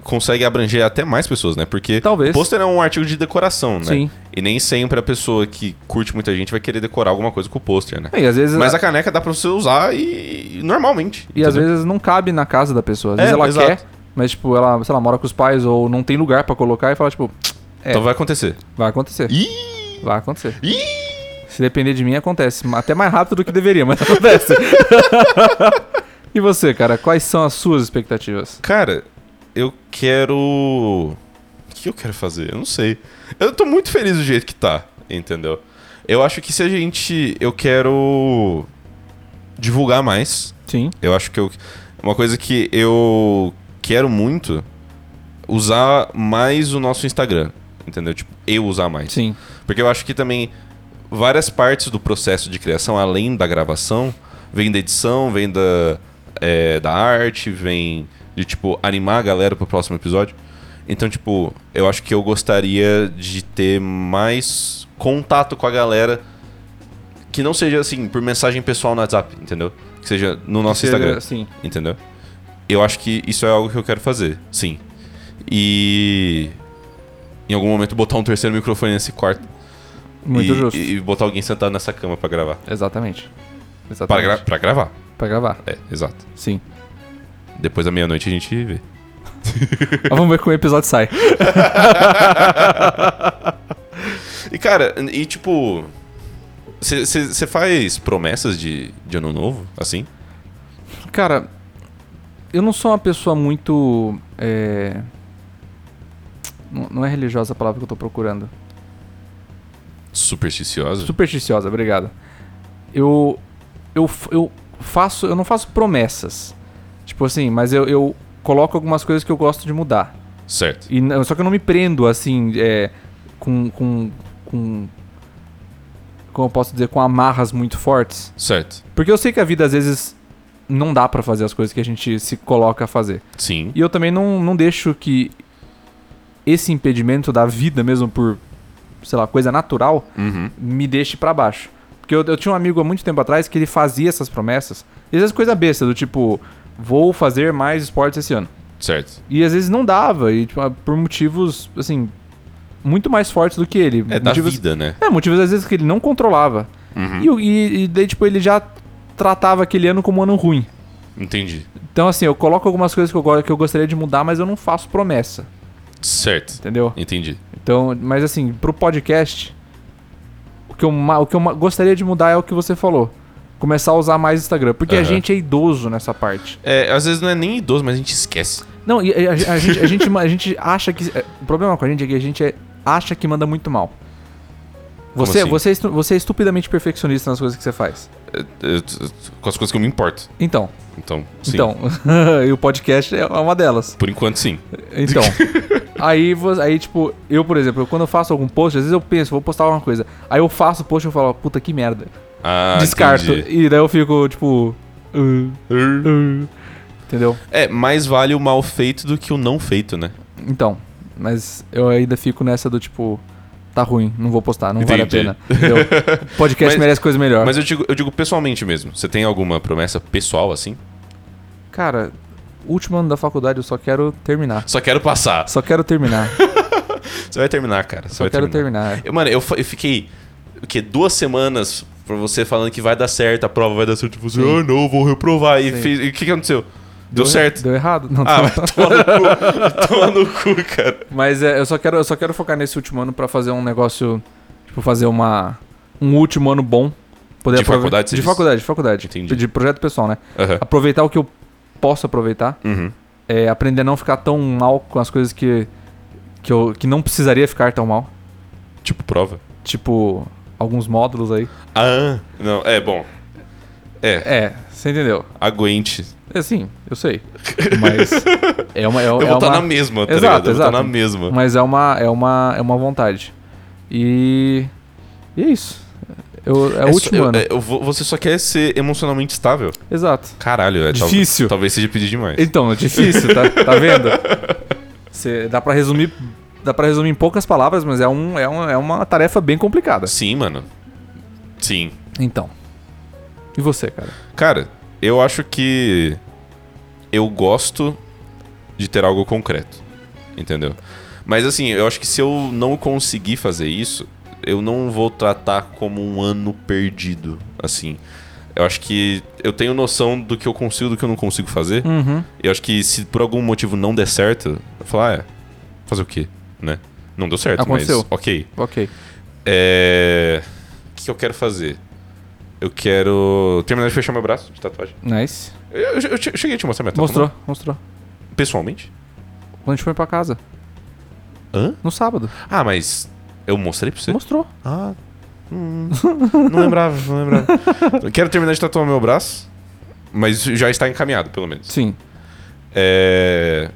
S2: Consegue abranger até mais pessoas, né? Porque
S1: Talvez.
S2: o pôster é um artigo de decoração, né?
S1: Sim.
S2: E nem sempre a pessoa que curte muita gente vai querer decorar alguma coisa com o pôster, né?
S1: E às vezes.
S2: Mas a caneca dá pra você usar e. normalmente.
S1: E às
S2: entendeu?
S1: vezes não cabe na casa da pessoa. Às
S2: É,
S1: vezes ela
S2: exato.
S1: quer, mas, tipo, ela, sei lá, mora com os pais ou não tem lugar pra colocar e fala, tipo, é.
S2: Então vai acontecer.
S1: vai acontecer.
S2: Ih!
S1: Vai acontecer.
S2: Ih!
S1: Se depender de mim, acontece. Até mais rápido do que deveria, mas [LAUGHS] acontece. e você, cara, quais são as suas expectativas?
S2: Cara, eu quero. O que eu quero fazer? Eu não sei. Eu tô muito feliz do jeito que tá, entendeu? Eu acho que se a gente. Eu quero. divulgar mais.
S1: Sim.
S2: Eu acho que eu, uma coisa que eu quero muito usar mais o nosso Instagram, entendeu? Tipo, eu usar mais.
S1: Sim.
S2: Porque eu acho que também várias partes do processo de criação, além da gravação, vem da edição, vem da, é, da arte, vem de, tipo, animar a galera pro próximo episódio. Então, tipo, eu acho que eu gostaria de ter mais contato com a galera que não seja, assim, por mensagem pessoal no WhatsApp, entendeu? Que seja no nosso
S1: Seja-
S2: Instagram
S1: Sim.
S2: entendeu? Eu acho que isso é algo que eu quero fazer, sim. E em algum momento botar um terceiro microfone nesse quarto
S1: Muito
S2: e,
S1: justo.
S2: e botar alguém sentado nessa cama pra gravar.
S1: Exatamente. Exatamente.
S2: Para, gra- pra gravar.
S1: Pra gravar.
S2: É, exato. [LAUGHS]
S1: Sim.
S2: Depois da meia-noite a gente vê.
S1: Mas vamos ver como o episódio sai.
S2: E cara, e tipo Você faz promessas de, de ano novo, assim?
S1: Cara, eu não sou uma pessoa muito. é, Não não é religiosa a palavra que eu tô procurando.
S2: Supersticiosa?
S1: Supersticiosa, obrigado. Eu. Eu, f- eu faço. Eu não faço promessas. Tipo assim, mas eu, eu coloco algumas coisas que eu gosto de mudar.
S2: certo.
S1: E não- só que eu não me prendo, assim, é, com, com. com. Como eu posso dizer, com amarras muito fortes.
S2: Certo.
S1: Porque eu sei que a vida às vezes não dá pra fazer as coisas que a gente se coloca a fazer.
S2: Sim.
S1: E eu também não, não deixo que esse impedimento da vida mesmo por, sei lá, coisa natural,
S2: Uhum.
S1: me deixe pra baixo. Porque eu, eu tinha um amigo há muito tempo atrás que ele fazia essas promessas. E às vezes coisa besta, do tipo, vou fazer mais esportes esse ano.
S2: Certo.
S1: E às vezes não dava, e tipo, por motivos, assim, muito mais fortes do que ele.
S2: É da
S1: motivos,
S2: vida, né?
S1: É, motivos às vezes que ele não controlava.
S2: Uhum.
S1: E, o- e, e daí, tipo, ele já tratava aquele ano como um ano ruim.
S2: Entendi.
S1: Então, assim, eu coloco algumas coisas que eu, go- que eu gostaria de mudar, mas eu não faço promessa,
S2: Certo.
S1: entendeu?
S2: Entendi.
S1: Então, mas assim, pro podcast, o que eu, ma- o que eu ma- gostaria de mudar é o que você falou. Começar a usar mais Instagram. Porque a
S2: Aham.
S1: gente é idoso nessa parte.
S2: É, às vezes não é nem idoso, mas a gente esquece.
S1: Não, e a, a- a gente, a, gente, ma- a gente acha que. é, O problema com a gente é que a gente é- acha que manda muito mal.
S2: Como
S1: Você,
S2: assim?
S1: você, é estu- você é estupidamente perfeccionista nas coisas que você faz.
S2: É, é, é, com as coisas que eu me importo.
S1: Então,
S2: Então, sim.
S1: então. [LAUGHS] e o podcast é uma delas.
S2: Por enquanto, sim. [LAUGHS]
S1: Então. aí, vo- aí, tipo, eu, por exemplo, eu- quando eu faço algum post, às vezes eu penso, vou postar alguma coisa. Aí eu faço o post e eu falo, puta que merda.
S2: Ah,
S1: Descarto.
S2: entendi.
S1: E daí eu fico, tipo. "Ah, ah", entendeu?
S2: É, mais vale o mal feito do que o não feito, né?
S1: Então. Mas eu ainda fico nessa do tipo. Tá ruim, não vou postar, não vale a
S2: Entendi.
S1: pena. Entendeu?
S2: [LAUGHS]
S1: Podcast
S2: Mas-
S1: merece coisa melhor.
S2: Mas eu digo, eu digo pessoalmente mesmo. Você tem alguma promessa pessoal, assim?
S1: Cara, último ano da faculdade, eu só quero terminar.
S2: Só quero passar.
S1: Só quero
S2: [LAUGHS]
S1: terminar.
S2: Você vai terminar, cara. Você
S1: só
S2: vai
S1: quero terminar.
S2: Eu, mano, eu, fa- eu fiquei o quê? Duas semanas pra você falando que vai dar certo, a prova vai dar certo. Tipo, você,
S1: Sim.
S2: ah, não, eu vou reprovar. E
S1: Sim.
S2: fez- e o que, que aconteceu? Deu, certo.
S1: Deu errado? Não, [LAUGHS]
S2: Ah,
S1: tô-
S2: vai tomar no cu. [LAUGHS] Toma no cu, cara.
S1: Mas é, eu só quero, eu só quero focar nesse último ano pra fazer um negócio, tipo fazer uma um último ano bom, poder
S2: De
S1: aprove-
S2: faculdade, você
S1: de
S2: diz?
S1: faculdade, de faculdade,
S2: Entendi.
S1: de projeto pessoal, né?
S2: Aham.
S1: Aproveitar o que eu posso aproveitar,
S2: Uhum.
S1: é, aprender a não ficar tão mal com as coisas que que eu que não precisaria ficar tão mal,
S2: Tipo, prova.
S1: tipo alguns módulos aí.
S2: Ah, não. É, bom. É,
S1: É, você entendeu?
S2: aguente.
S1: É sim, eu sei. Mas é uma é,
S2: Eu
S1: é
S2: vou estar
S1: uma-
S2: na mesma, tá
S1: Exato,
S2: ligado? Eu vou estar
S1: exato.
S2: na mesma.
S1: Mas é uma, é uma, é uma vontade. E. E é isso. Eu- é o
S2: só-
S1: último
S2: eu-
S1: ano.
S2: é, eu vou- você só quer ser emocionalmente estável.
S1: Exato.
S2: Caralho, é tal-
S1: Difícil.
S2: talvez seja pedir demais.
S1: Então, é difícil, tá, tá vendo? Cê- dá pra resumir. Dá pra resumir em poucas palavras, mas é, um, é, um, é uma tarefa bem complicada.
S2: Sim, mano. Sim.
S1: Então. E você, cara?
S2: Cara, eu acho que eu gosto de ter algo concreto, entendeu? Mas assim, eu acho que se eu não conseguir fazer isso, eu não vou tratar como um ano perdido, assim. Eu acho que eu tenho noção do que eu consigo e do que eu não consigo fazer.
S1: Uhum.
S2: Eu acho que se por algum motivo não der certo, eu falo, ah, é, fazer o quê, né? Não deu certo,
S1: Aconteceu.
S2: mas ok.
S1: Ok.
S2: É... O que que eu quero fazer? Eu quero terminar de fechar meu braço de tatuagem.
S1: Nice.
S2: Eu, eu- eu che- eu cheguei a te mostrar minha tatu,
S1: Mostrou, mostrou.
S2: não? Pessoalmente?
S1: Quando a gente foi pra casa.
S2: Hã?
S1: No sábado.
S2: Ah, mas eu mostrei pra você?
S1: Mostrou.
S2: Ah. hum, não lembrava, não lembrava.
S1: [LAUGHS]
S2: Eu quero terminar de tatuar meu braço, mas já está encaminhado, pelo menos.
S1: Sim.
S2: É,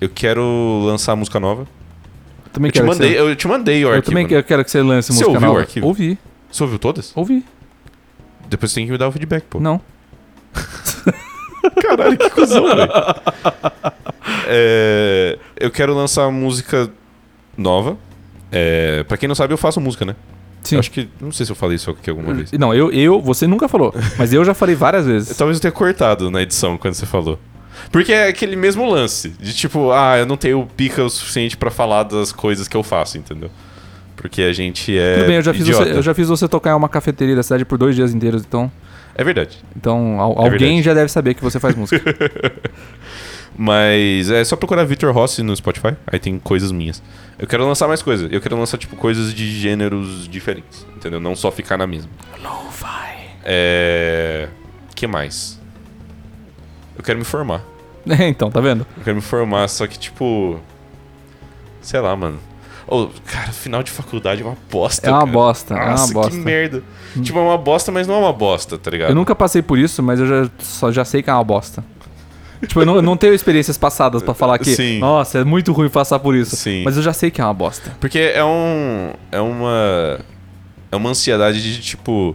S2: eu quero lançar música nova.
S1: Também
S2: Eu te
S1: quero é que
S2: mandei,
S1: você-
S2: eu te mandei o
S1: Eu
S2: arquivo.
S1: também
S2: né?
S1: quero, quero que você lance
S2: Você
S1: música
S2: ouviu o
S1: nova.
S2: arquivo?
S1: Ouvi,
S2: Você ouviu todas?
S1: ouvi.
S2: Depois você tem que me dar o feedback, pô.
S1: Não.
S2: [LAUGHS] Caralho, que
S1: [LAUGHS]
S2: cuzão, velho. É, eu quero lançar música nova. É, pra quem não sabe, eu faço música, né?
S1: Sim. Hum.
S2: Eu acho que. Não sei se eu falei isso aqui alguma vez.
S1: Não, eu, eu, você nunca
S2: [LAUGHS]
S1: falou, mas eu já falei várias vezes.
S2: Talvez eu tenha cortado na edição quando você falou. Porque é aquele mesmo lance, de tipo, ah, eu não tenho pica o suficiente pra falar das coisas que eu faço, entendeu? Porque a gente é.
S1: Tudo bem, eu já, fiz
S2: idiota.
S1: você, eu já fiz você tocar em uma cafeteria da cidade por dois dias inteiros, então,
S2: É verdade.
S1: então al-
S2: É
S1: alguém
S2: verdade. [LAUGHS]
S1: já deve saber que você faz música.
S2: Mas é só procurar Victor Rossi no Spotify, aí tem coisas minhas. Eu quero lançar mais coisas. Eu quero lançar, tipo, coisas de gêneros diferentes, entendeu? Não só ficar na mesma.
S1: Lo-fi.
S2: É. que mais? Eu quero me formar.
S1: É, [LAUGHS] então, tá vendo?
S2: Eu quero me formar, só que, tipo. Sei lá, mano. Ô, cara, final de faculdade é uma bosta.
S1: É uma
S2: cara.
S1: bosta, é uma
S2: Nossa,
S1: bosta.
S2: que merda. Tipo, é uma bosta, mas não é uma bosta, tá ligado?
S1: Eu nunca passei por isso, mas eu já, só, já sei que é uma bosta. Tipo, eu não, eu não tenho experiências passadas pra falar que,
S2: Sim.
S1: nossa, é muito ruim passar por isso.
S2: Sim.
S1: Mas eu já sei que é uma bosta.
S2: Porque é um. É uma. É uma ansiedade de tipo.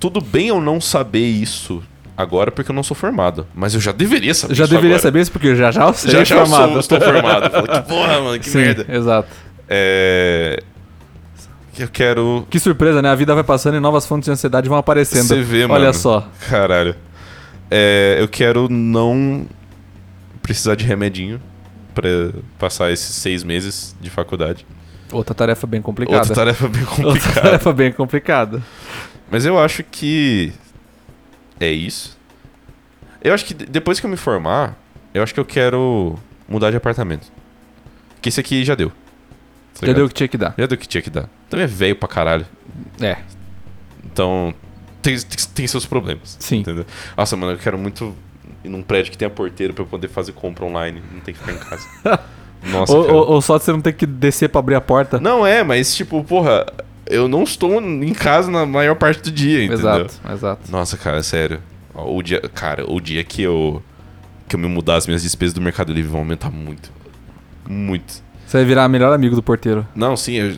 S2: Tudo bem eu não saber isso agora porque eu não sou formado. Mas eu já deveria saber
S1: Eu já
S2: isso
S1: deveria
S2: agora.
S1: saber isso, porque eu já já sei
S2: Já já eu
S1: formado.
S2: sou, estou formado. Eu falo, que porra, mano, que
S1: Sim,
S2: merda.
S1: Exato.
S2: É. Eu quero.
S1: Que surpresa, né? A vida vai passando e novas fontes de ansiedade vão aparecendo.
S2: Você vê, mano.
S1: Olha só.
S2: Caralho. É, eu quero não precisar de remedinho pra passar esses seis meses de faculdade.
S1: Outra tarefa bem complicada.
S2: Outra tarefa bem
S1: Outra
S2: complicada. Tá
S1: tarefa bem complicada.
S2: Mas eu acho que é isso. Eu acho que de- depois que eu me formar, eu acho que eu quero mudar de apartamento. Que esse aqui já deu. Tá
S1: Já
S2: ligado?
S1: deu o que tinha que dar.
S2: Já deu o que tinha que dar. Também é velho pra caralho.
S1: É.
S2: Então tem, tem, tem seus problemas.
S1: Sim.
S2: Entendeu? Nossa, mano, eu quero muito ir num prédio que tenha porteiro pra eu poder fazer compra online. Não tem que ficar
S1: [LAUGHS]
S2: em casa. Nossa,
S1: ou,
S2: cara.
S1: ou- ou só de você não ter que descer pra abrir a porta.
S2: Não é, mas tipo, porra, eu não estou em casa na maior parte do dia, entendeu?
S1: exato, exato.
S2: Nossa, cara, sério. Ó, O dia, cara, o dia que eu que eu me mudar as minhas despesas do Mercado Livre vão aumentar muito. Muito.
S1: Você vai virar o melhor amigo do porteiro. [LAUGHS]
S2: Não, sim, eu,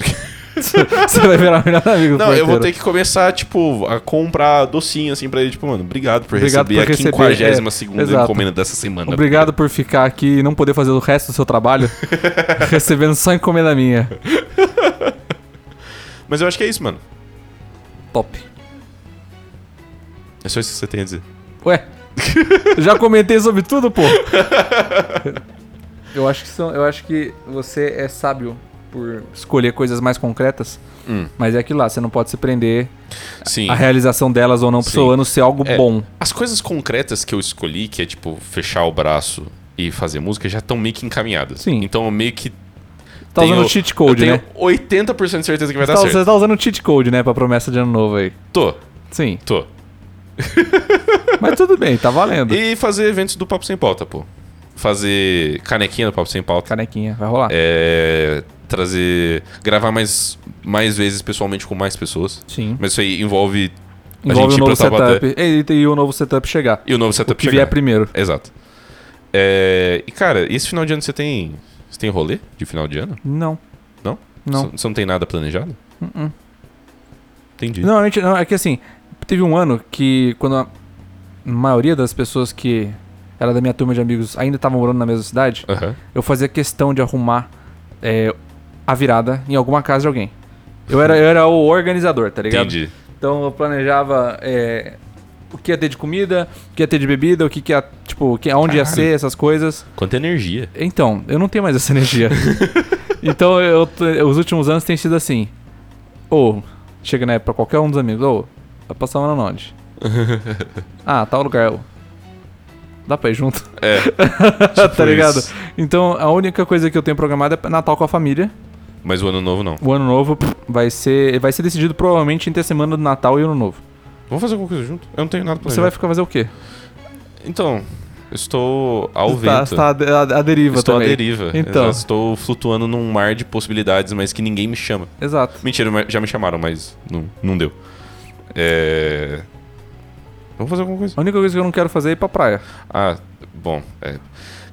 S1: Você vai virar o melhor amigo do
S2: não,
S1: porteiro.
S2: eu vou ter que começar, tipo, a comprar docinho, assim, pra ele, tipo, mano, obrigado por
S1: Obrigado
S2: receber
S1: por
S2: a
S1: receber,
S2: 52
S1: é,
S2: segunda
S1: exato.
S2: encomenda dessa semana.
S1: Obrigado por ficar aqui e não poder fazer o resto do seu trabalho
S2: [LAUGHS]
S1: recebendo só encomenda minha.
S2: Mas eu acho que é isso, mano.
S1: Top.
S2: É só isso que você tem a dizer.
S1: Ué, já comentei sobre tudo, pô. Eu acho que, são, eu acho que você é sábio por escolher coisas mais concretas,
S2: Hum.
S1: mas é aquilo lá, você não pode se prender
S2: Sim.
S1: a realização delas ou não pro seu
S2: Sim.
S1: ano ser algo
S2: É.
S1: bom.
S2: As coisas concretas que eu escolhi, que é tipo fechar o braço e fazer música, já estão meio que encaminhadas.
S1: Sim.
S2: Então eu meio que.
S1: Tá
S2: tenho-
S1: usando cheat code,
S2: eu tenho
S1: né?
S2: 80% de certeza que vai
S1: Você
S2: dar
S1: tá,
S2: certo.
S1: você tá usando cheat code, né, pra promessa de ano novo aí.
S2: Tô,
S1: Sim,
S2: tô.
S1: mas tudo bem, tá valendo.
S2: E fazer eventos do Papo Sem Pauta, pô. Fazer canequinha do Papo Sem Pauta.
S1: Canequinha, vai rolar.
S2: É, trazer. gravar mais, mais vezes pessoalmente com mais pessoas.
S1: Sim.
S2: Mas isso aí envolve.
S1: Envolve o
S2: ir
S1: novo
S2: pra Taubaté.
S1: setup. E, e o novo setup chegar.
S2: E o novo setup
S1: O que
S2: chegar.
S1: vier primeiro.
S2: Exato. É, e cara, esse final de ano você tem. Você tem rolê de final de ano?
S1: Não.
S2: Não?
S1: Não.
S2: Você- Você não tem nada planejado?
S1: Uh-uh.
S2: Entendi.
S1: Não, a gente- não, é que assim, teve um ano que quando a maioria das pessoas que era da minha turma de amigos ainda estavam morando na mesma cidade,
S2: Aham.
S1: eu fazia questão de arrumar é, a virada em alguma casa de alguém. Eu era, eu era o organizador, tá ligado?
S2: Entendi.
S1: Então eu planejava é, o que ia ter de comida, o que ia ter de bebida, o que, que ia, tipo, que, onde ia
S2: Caralho.
S1: ser, essas coisas.
S2: Quanta energia.
S1: Então, eu não tenho mais essa energia.
S2: [LAUGHS]
S1: então, eu, t- os últimos anos tem sido assim. Ou, chega na época, qualquer um dos amigos, ou, vai passar um ano
S2: [LAUGHS]
S1: onde? ah, tal lugar. ô. Dá pra ir junto, [LAUGHS]
S2: É.
S1: tá ligado?
S2: isso.
S1: Então, a única coisa que eu tenho programada é Natal com a família.
S2: Mas o ano novo não.
S1: O ano novo pff, vai ser vai ser decidido provavelmente entre a semana do Natal e o ano novo.
S2: Vamos fazer alguma coisa junto? Eu não tenho nada
S1: Você
S2: planejado.
S1: vai ficar fazer o quê?
S2: Então, eu estou ao
S1: tá,
S2: vento.
S1: tá à de- à à deriva
S2: estou
S1: também.
S2: à deriva.
S1: Então.
S2: Exato, Estou flutuando num mar de possibilidades, mas que ninguém me chama.
S1: Exato.
S2: Mentira, mas já me chamaram, mas não, não deu. É. Vamos fazer alguma coisa.
S1: A única coisa que eu não quero fazer é ir pra praia.
S2: Ah, bom. é.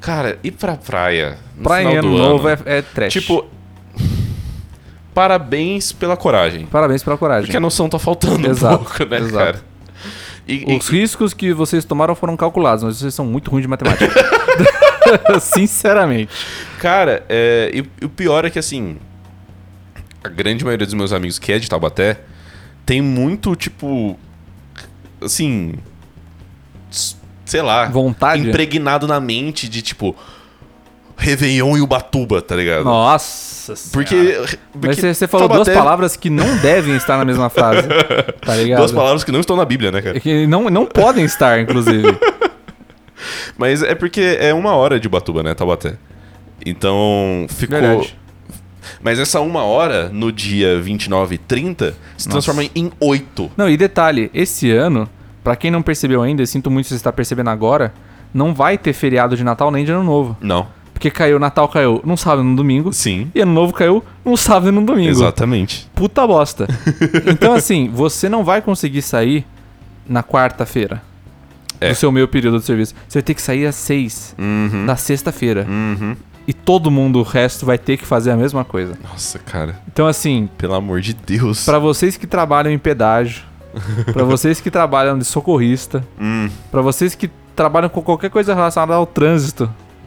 S2: Cara, ir pra praia. No
S1: praia em
S2: final
S1: ano
S2: do
S1: novo
S2: ano,
S1: é, é trash.
S2: Tipo. Parabéns pela coragem.
S1: Parabéns pela coragem.
S2: Porque a noção tá faltando
S1: Exato,
S2: um pouco, né,
S1: exato.
S2: cara? E, e-
S1: Os riscos que vocês tomaram foram calculados, mas vocês são muito ruins de
S2: [LAUGHS]
S1: matemática. Sinceramente.
S2: Cara, é, e, e o pior é que assim. A grande maioria dos meus amigos que é de Taubaté tem muito, tipo. Assim. s- Sei lá.
S1: Vontade?
S2: Impregnado na mente de, tipo. Réveillon e Ubatuba, tá ligado?
S1: Nossa
S2: Porque.
S1: senhora.
S2: porque
S1: Mas você, você falou
S2: Taubaté-
S1: duas palavras que não devem estar na mesma frase. Tá ligado? É [LAUGHS]
S2: Duas palavras que não estão na Bíblia, né, cara?
S1: Que não, não podem estar, inclusive.
S2: Mas é porque é uma hora de Batuba, né, Taubaté? Então [LAUGHS] ficou.
S1: Verdade.
S2: Mas essa uma hora, no dia 29 e 30, se
S1: Nossa.
S2: transforma em oito.
S1: Não, e detalhe, esse ano, pra quem não percebeu ainda, e sinto muito se você tá percebendo agora, não vai ter feriado de Natal nem de Ano Novo.
S2: Não.
S1: Porque caiu, Natal caiu num sábado e num domingo,
S2: Sim.
S1: e Ano Novo caiu num sábado e num domingo.
S2: Exatamente.
S1: Puta
S2: [LAUGHS]
S1: bosta. então, assim, você não vai conseguir sair na quarta-feira
S2: É.
S1: do seu meio período de serviço. Você vai ter que sair às seis
S2: Uhum.
S1: na sexta-feira.
S2: Uhum.
S1: E todo mundo, o resto, vai ter que fazer a mesma coisa.
S2: Nossa, cara.
S1: Então, assim,
S2: Pelo amor de Deus.
S1: Pra vocês que trabalham em
S2: [LAUGHS]
S1: pedágio, pra vocês que trabalham de socorrista,
S2: Hum,
S1: pra vocês que trabalham com qualquer coisa relacionada ao trânsito,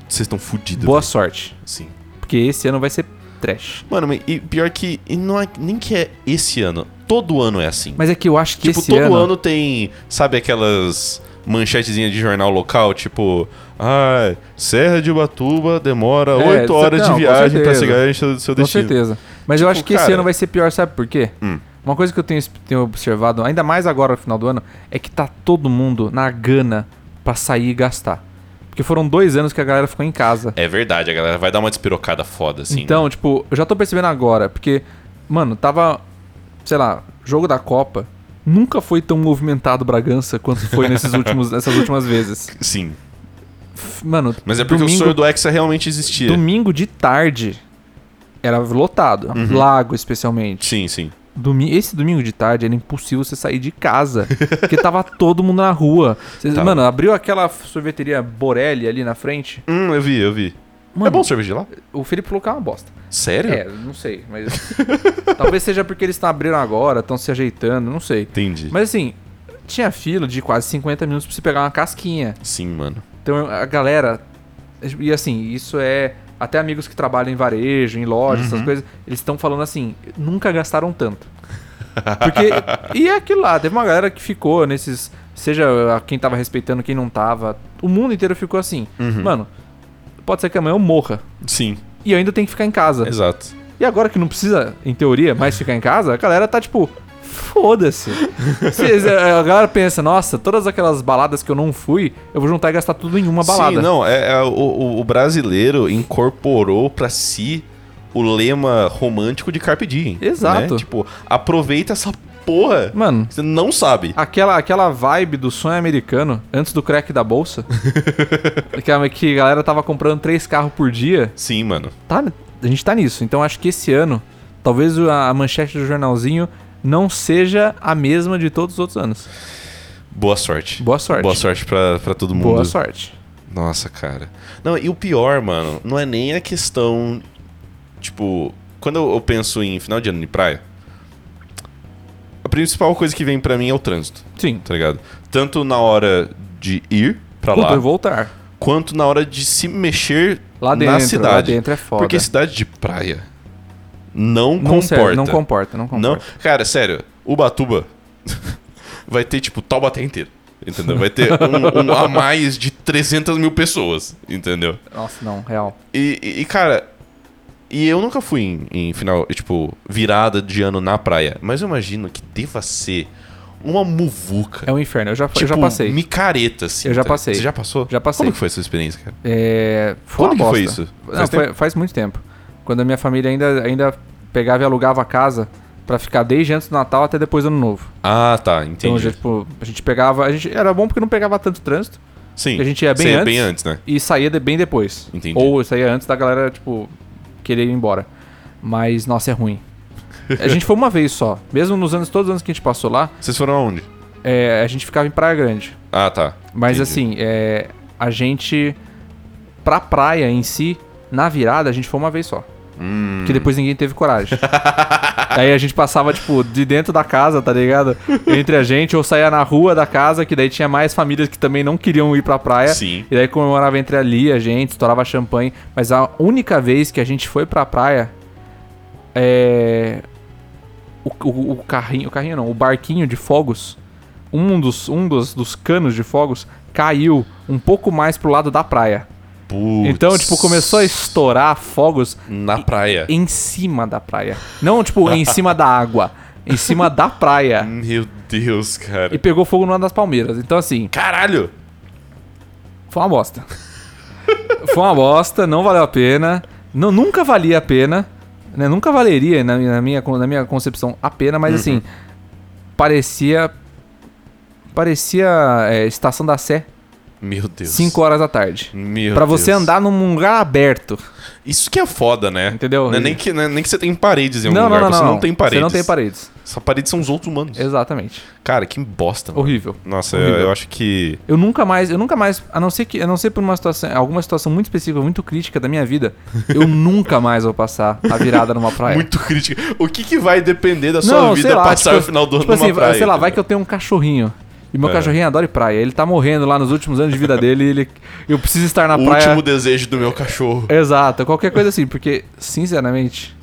S2: vocês assim. estão fodidos.
S1: boa sorte,
S2: Sim.
S1: porque esse ano vai ser trash.
S2: Mano, mas- e pior que. e não é, nem que é esse ano. Todo ano é assim.
S1: Mas é que eu acho que
S2: tipo,
S1: esse
S2: todo
S1: ano,
S2: ano... tem, sabe, aquelas manchetezinhas de jornal local, tipo. Ah, Serra de Ubatuba demora
S1: É,
S2: 8
S1: você-
S2: horas
S1: não,
S2: de
S1: com
S2: viagem pra
S1: certeza.
S2: chegar em seu seu
S1: com
S2: destino.
S1: certeza. Mas eu
S2: Tipo,
S1: acho que esse
S2: cara-
S1: ano vai ser pior, sabe por quê?
S2: Hum.
S1: Uma coisa que eu tenho, tenho observado, ainda mais agora no final do ano, é que tá todo mundo na gana pra sair e gastar. Porque foram dois anos que a galera ficou em casa.
S2: É verdade, a galera vai dar uma despirocada foda, assim.
S1: Então, tipo, eu já tô percebendo agora, porque, mano, tava, sei lá, jogo da Copa, nunca foi tão movimentado Bragança quanto foi
S2: [LAUGHS]
S1: nesses últimos, nessas últimas vezes.
S2: né? Sim.
S1: F- Mano,
S2: Mas é porque o sonho do Hexa realmente existia.
S1: domingo de tarde era lotado,
S2: Uhum.
S1: lago especialmente.
S2: Sim, sim.
S1: Domi esse domingo de tarde era impossível você sair de casa, porque
S2: [LAUGHS]
S1: tava todo mundo na rua. Cês-
S2: Tava.
S1: Mano, abriu aquela sorveteria Borelli ali na frente.
S2: Hum, eu vi, eu vi.
S1: Mano,
S2: É bom o sorvete de lá?
S1: o Felipe falou que é uma bosta.
S2: Sério?
S1: É, não sei, mas. [LAUGHS] Talvez seja porque eles estão abrindo agora, estão se ajeitando, não sei.
S2: Entendi.
S1: Mas assim, tinha fila de quase 50 minutos pra você pegar uma casquinha.
S2: Sim, mano.
S1: Então a galera. E assim, isso é. Até amigos que trabalham em varejo, em lojas,
S2: Uhum.
S1: essas coisas, eles estão falando assim, nunca gastaram tanto.
S2: [LAUGHS]
S1: Porque. e é aquilo lá, teve uma galera que ficou nesses. Seja quem tava respeitando, quem não tava. O mundo inteiro ficou assim.
S2: Uhum.
S1: Mano, pode ser que amanhã eu morra.
S2: Sim,
S1: E eu ainda tenho que ficar em casa.
S2: exato.
S1: E agora que não precisa, em teoria, mais ficar em casa, a galera tá tipo,
S2: [LAUGHS]
S1: foda-se. Cês- a galera pensa, nossa, todas aquelas baladas que eu não fui, eu vou juntar e gastar tudo em uma balada.
S2: Sim, não, é, é o- o, o brasileiro incorporou pra si o lema romântico de Carpe Diem.
S1: Exato.
S2: né? Tipo, aproveita essa porra.
S1: Mano,
S2: Você não sabe.
S1: aquela, aquela vibe do sonho americano, antes do crack da bolsa, que, que a galera tava comprando três carros por dia,
S2: Sim, mano.
S1: tá, a gente tá nisso. Então acho que esse ano, talvez a manchete do jornalzinho não seja a mesma de todos os outros anos.
S2: Boa sorte.
S1: Boa sorte.
S2: Boa sorte pra, pra todo mundo.
S1: Boa sorte.
S2: Nossa, cara. Não, e o pior, mano, não é nem a questão. Tipo, quando eu eu penso em final de ano de praia, a principal coisa que vem pra mim é o trânsito,
S1: Sim.
S2: tá ligado? Tanto na hora de ir pra
S1: Puta,
S2: Tá lá,
S1: eu voltar.
S2: quanto na hora de se mexer
S1: Lá dentro,
S2: na cidade.
S1: lá dentro é foda.
S2: Porque cidade de praia não,
S1: não
S2: comporta.
S1: serve, não comporta, não
S2: Não,
S1: comporta.
S2: cara, sério, Ubatuba [LAUGHS] vai ter, tipo, Taubaté inteiro. Entendeu? Vai ter um, um a mais de 300 mil pessoas, entendeu?
S1: Nossa, não, real.
S2: E, e- e, cara, e eu nunca fui em, em final, tipo, virada de ano na praia, mas eu imagino que deva ser uma muvuca.
S1: É um inferno. Eu já,
S2: tipo,
S1: eu já passei.
S2: micareta, assim.
S1: Eu já
S2: tá ligado?
S1: passei.
S2: Você já passou?
S1: Já passei.
S2: Como que foi essa experiência, cara?
S1: É, foi
S2: Quando que
S1: uma
S2: foi
S1: bosta.
S2: isso?
S1: Não,
S2: Faz
S1: foi- faz muito tempo. Quando a minha família ainda, ainda pegava e alugava a casa pra ficar desde antes do Natal até depois do Ano Novo.
S2: Ah, tá,
S1: Então,
S2: entendi.
S1: já, tipo, a gente pegava... A gente, era bom porque não pegava tanto trânsito
S2: Sim.
S1: a gente ia bem
S2: Você
S1: antes.
S2: bem antes, né?
S1: e saía de- bem depois.
S2: Entendi.
S1: Ou saía antes da galera, tipo, querer ir embora. Mas, nossa, é ruim. A gente foi uma vez só. Mesmo nos anos, todos os anos que a gente passou lá,
S2: Vocês foram aonde?
S1: é, a gente ficava em Praia Grande.
S2: Ah, tá.
S1: Mas
S2: Entendi.
S1: assim, é, a gente. Pra praia em si, na virada, a gente foi uma vez só.
S2: Hum,
S1: Porque depois ninguém teve
S2: [LAUGHS]
S1: coragem. Aí a gente passava, tipo, de dentro da casa, tá ligado? Entre a gente, ou saía na rua da casa, que daí tinha mais famílias que também não queriam ir pra praia.
S2: Sim.
S1: E daí comemorava entre ali a gente, estourava champanhe. Mas a única vez que a gente foi pra praia. É. O, o- o carrinho. O carrinho não, o barquinho de fogos. Um dos, um dos, dos canos de fogos caiu um pouco mais pro lado da praia.
S2: Putz.
S1: Então, tipo, começou a estourar fogos
S2: Na praia.
S1: em cima da praia. Não, tipo, em cima da água. Em cima da
S2: [LAUGHS]
S1: praia.
S2: Meu Deus, cara.
S1: E pegou fogo numa das palmeiras. Então, assim,
S2: Caralho!
S1: Foi uma bosta. Foi uma bosta, não valeu a pena. Não, nunca valia a pena. né? Nunca valeria, na, minha- na minha, con- na minha concepção, a pena, mas
S2: Uhum.
S1: assim, parecia. Parecia é, estação da Sé,
S2: Meu Deus.
S1: 5 horas da tarde.
S2: Meu
S1: Pra você
S2: Deus.
S1: andar num lugar aberto.
S2: Isso que é foda, né?
S1: Entendeu?
S2: Não é nem, que, não é nem que você tem paredes em algum lugar. você não, tem paredes.
S1: Você não tem paredes.
S2: Só paredes são os outros humanos.
S1: Exatamente.
S2: Cara, que bosta, mano.
S1: Horrível.
S2: Nossa, eu,
S1: Horrível.
S2: eu acho que.
S1: Eu nunca mais, eu nunca mais, a não ser que, a não ser por uma situação, alguma situação muito específica, muito crítica da minha vida,
S2: [LAUGHS]
S1: eu nunca mais vou passar a virada numa praia.
S2: Muito crítica. O que, que vai depender da sua vida passar o final do ano
S1: tipo
S2: numa
S1: assim,
S2: praia?
S1: sei lá, vai
S2: entendeu?
S1: que eu tenho um cachorrinho. E meu
S2: É.
S1: cachorrinho adora ir praia. Ele tá morrendo lá nos últimos anos de vida dele e ele, eu preciso estar na
S2: O
S1: praia.
S2: último desejo do meu cachorro.
S1: Exato, qualquer coisa assim, porque, sinceramente.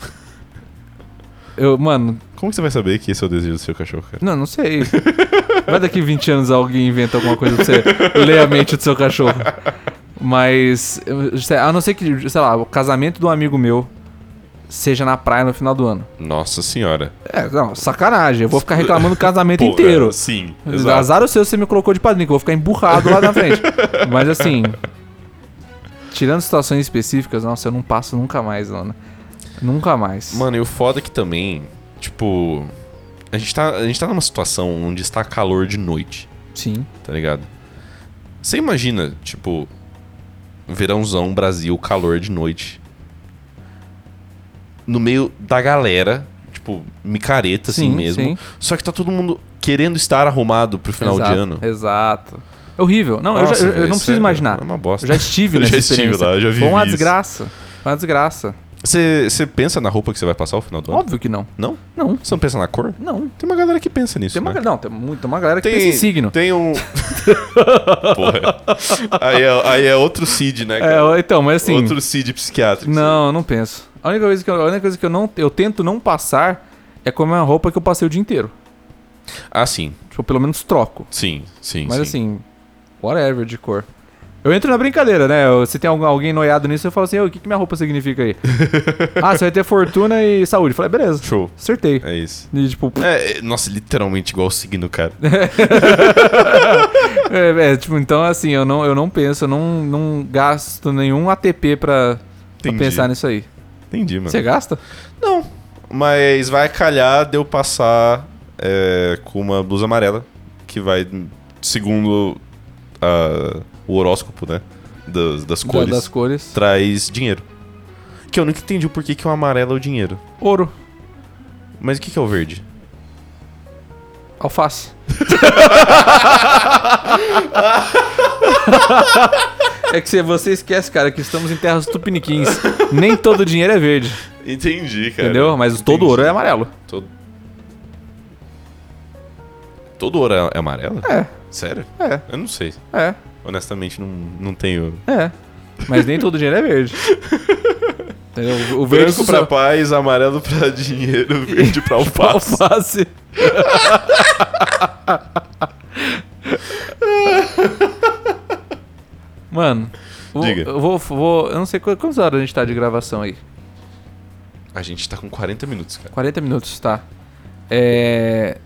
S1: Eu, mano,
S2: Como que você vai saber que esse é o desejo do seu cachorro, cara?
S1: não, não sei. Vai daqui 20 anos alguém inventa alguma coisa pra você ler a mente do seu cachorro. Mas, eu- sei- a não ser que, sei lá, o casamento de um amigo meu seja na praia no final do ano.
S2: Nossa senhora.
S1: É, não, sacanagem. Eu vou ficar reclamando do casamento
S2: Pô,
S1: inteiro.
S2: é, Sim, exato.
S1: Azar o seu, você me colocou de padrinho, que eu vou ficar emburrado lá na frente. Mas assim, tirando situações específicas, nossa, eu não passo nunca mais, Ana. Nunca mais.
S2: Mano, e o foda é que também, tipo. A gente, tá, a gente tá numa situação onde está calor de noite,
S1: Sim.
S2: tá ligado? Você imagina, tipo. Verãozão, Brasil, calor de noite. No meio da galera, tipo, micareta assim
S1: Sim,
S2: mesmo.
S1: sim.
S2: Só que tá todo mundo querendo estar arrumado pro final
S1: exato,
S2: de ano.
S1: Exato. É horrível. Não, eu já-
S2: Nossa,
S1: eu, eu
S2: velho,
S1: não
S2: isso é-
S1: preciso imaginar.
S2: É uma bosta.
S1: Eu já estive
S2: [LAUGHS] Eu
S1: nessa
S2: já estive
S1: experiência.
S2: lá, eu já
S1: Foi
S2: vivi
S1: uma
S2: isso.
S1: desgraça. Foi uma desgraça.
S2: Você você pensa na roupa que você vai passar o final do ano?
S1: Óbvio que não.
S2: Não?
S1: Não,
S2: Você não pensa na cor?
S1: não.
S2: Tem uma galera que pensa nisso.
S1: Tem uma,
S2: né?
S1: ga- não, tem, muito, tem uma galera que pensa em signo. [LAUGHS]
S2: Tem um. Porra. Aí é, aí é outro CID, né, cara?
S1: É, então, mas assim.
S2: outro CID psiquiátrico.
S1: Não, não penso. A única coisa que eu, a única coisa que eu não eu tento não passar é com a minha roupa que eu passei o dia inteiro.
S2: Ah, sim.
S1: Tipo, pelo menos troco.
S2: Sim, sim.
S1: Mas
S2: sim.
S1: assim, whatever de cor. Eu entro na brincadeira, né? Eu- Se tem algum- alguém noiado nisso, eu falo assim, "Ô, o que, que minha roupa significa
S2: [LAUGHS]
S1: aí? ah, você vai ter fortuna e saúde. Eu falei, beleza,
S2: Show.
S1: acertei.
S2: É isso.
S1: E tipo,
S2: É, é, nossa, literalmente igual o
S1: [LAUGHS]
S2: signo, cara.
S1: é, é, tipo, então assim, eu não, eu não penso, eu não, não gasto nenhum ATP pra, pra
S2: Entendi.
S1: pensar né? nisso aí.
S2: Entendi, mano.
S1: Você gasta?
S2: Não. Mas vai calhar de eu passar é, com uma blusa amarela, que vai, segundo ah, o horóscopo, né? Das, das
S1: Da-
S2: cores,
S1: Das cores.
S2: traz dinheiro. Que eu nunca entendi o porquê que o amarelo é o dinheiro.
S1: Ouro.
S2: Mas o que, que é o verde?
S1: Alface. é que você- você esquece, cara, que estamos em terras tupiniquins. [LAUGHS] Nem todo dinheiro é verde,
S2: Entendi, cara.
S1: entendeu? Mas todo
S2: entendi.
S1: ouro é amarelo.
S2: Todo, Todo ouro é é amarelo?
S1: É,
S2: Sério?
S1: É.
S2: Eu não sei.
S1: é,
S2: Honestamente, não, não tenho.
S1: é. Mas nem todo dinheiro é verde. Entendeu? O o verde
S2: Branco
S1: só-
S2: pra
S1: [LAUGHS]
S2: paz, amarelo pra [LAUGHS] dinheiro, verde [LAUGHS] pra alface.
S1: alface. [LAUGHS] Mano, eu-
S2: Diga.
S1: eu vou, vou. Eu não sei qu- quantas horas a gente tá de gravação aí.
S2: A gente tá com 40 minutos, cara.
S1: 40 minutos, tá. É.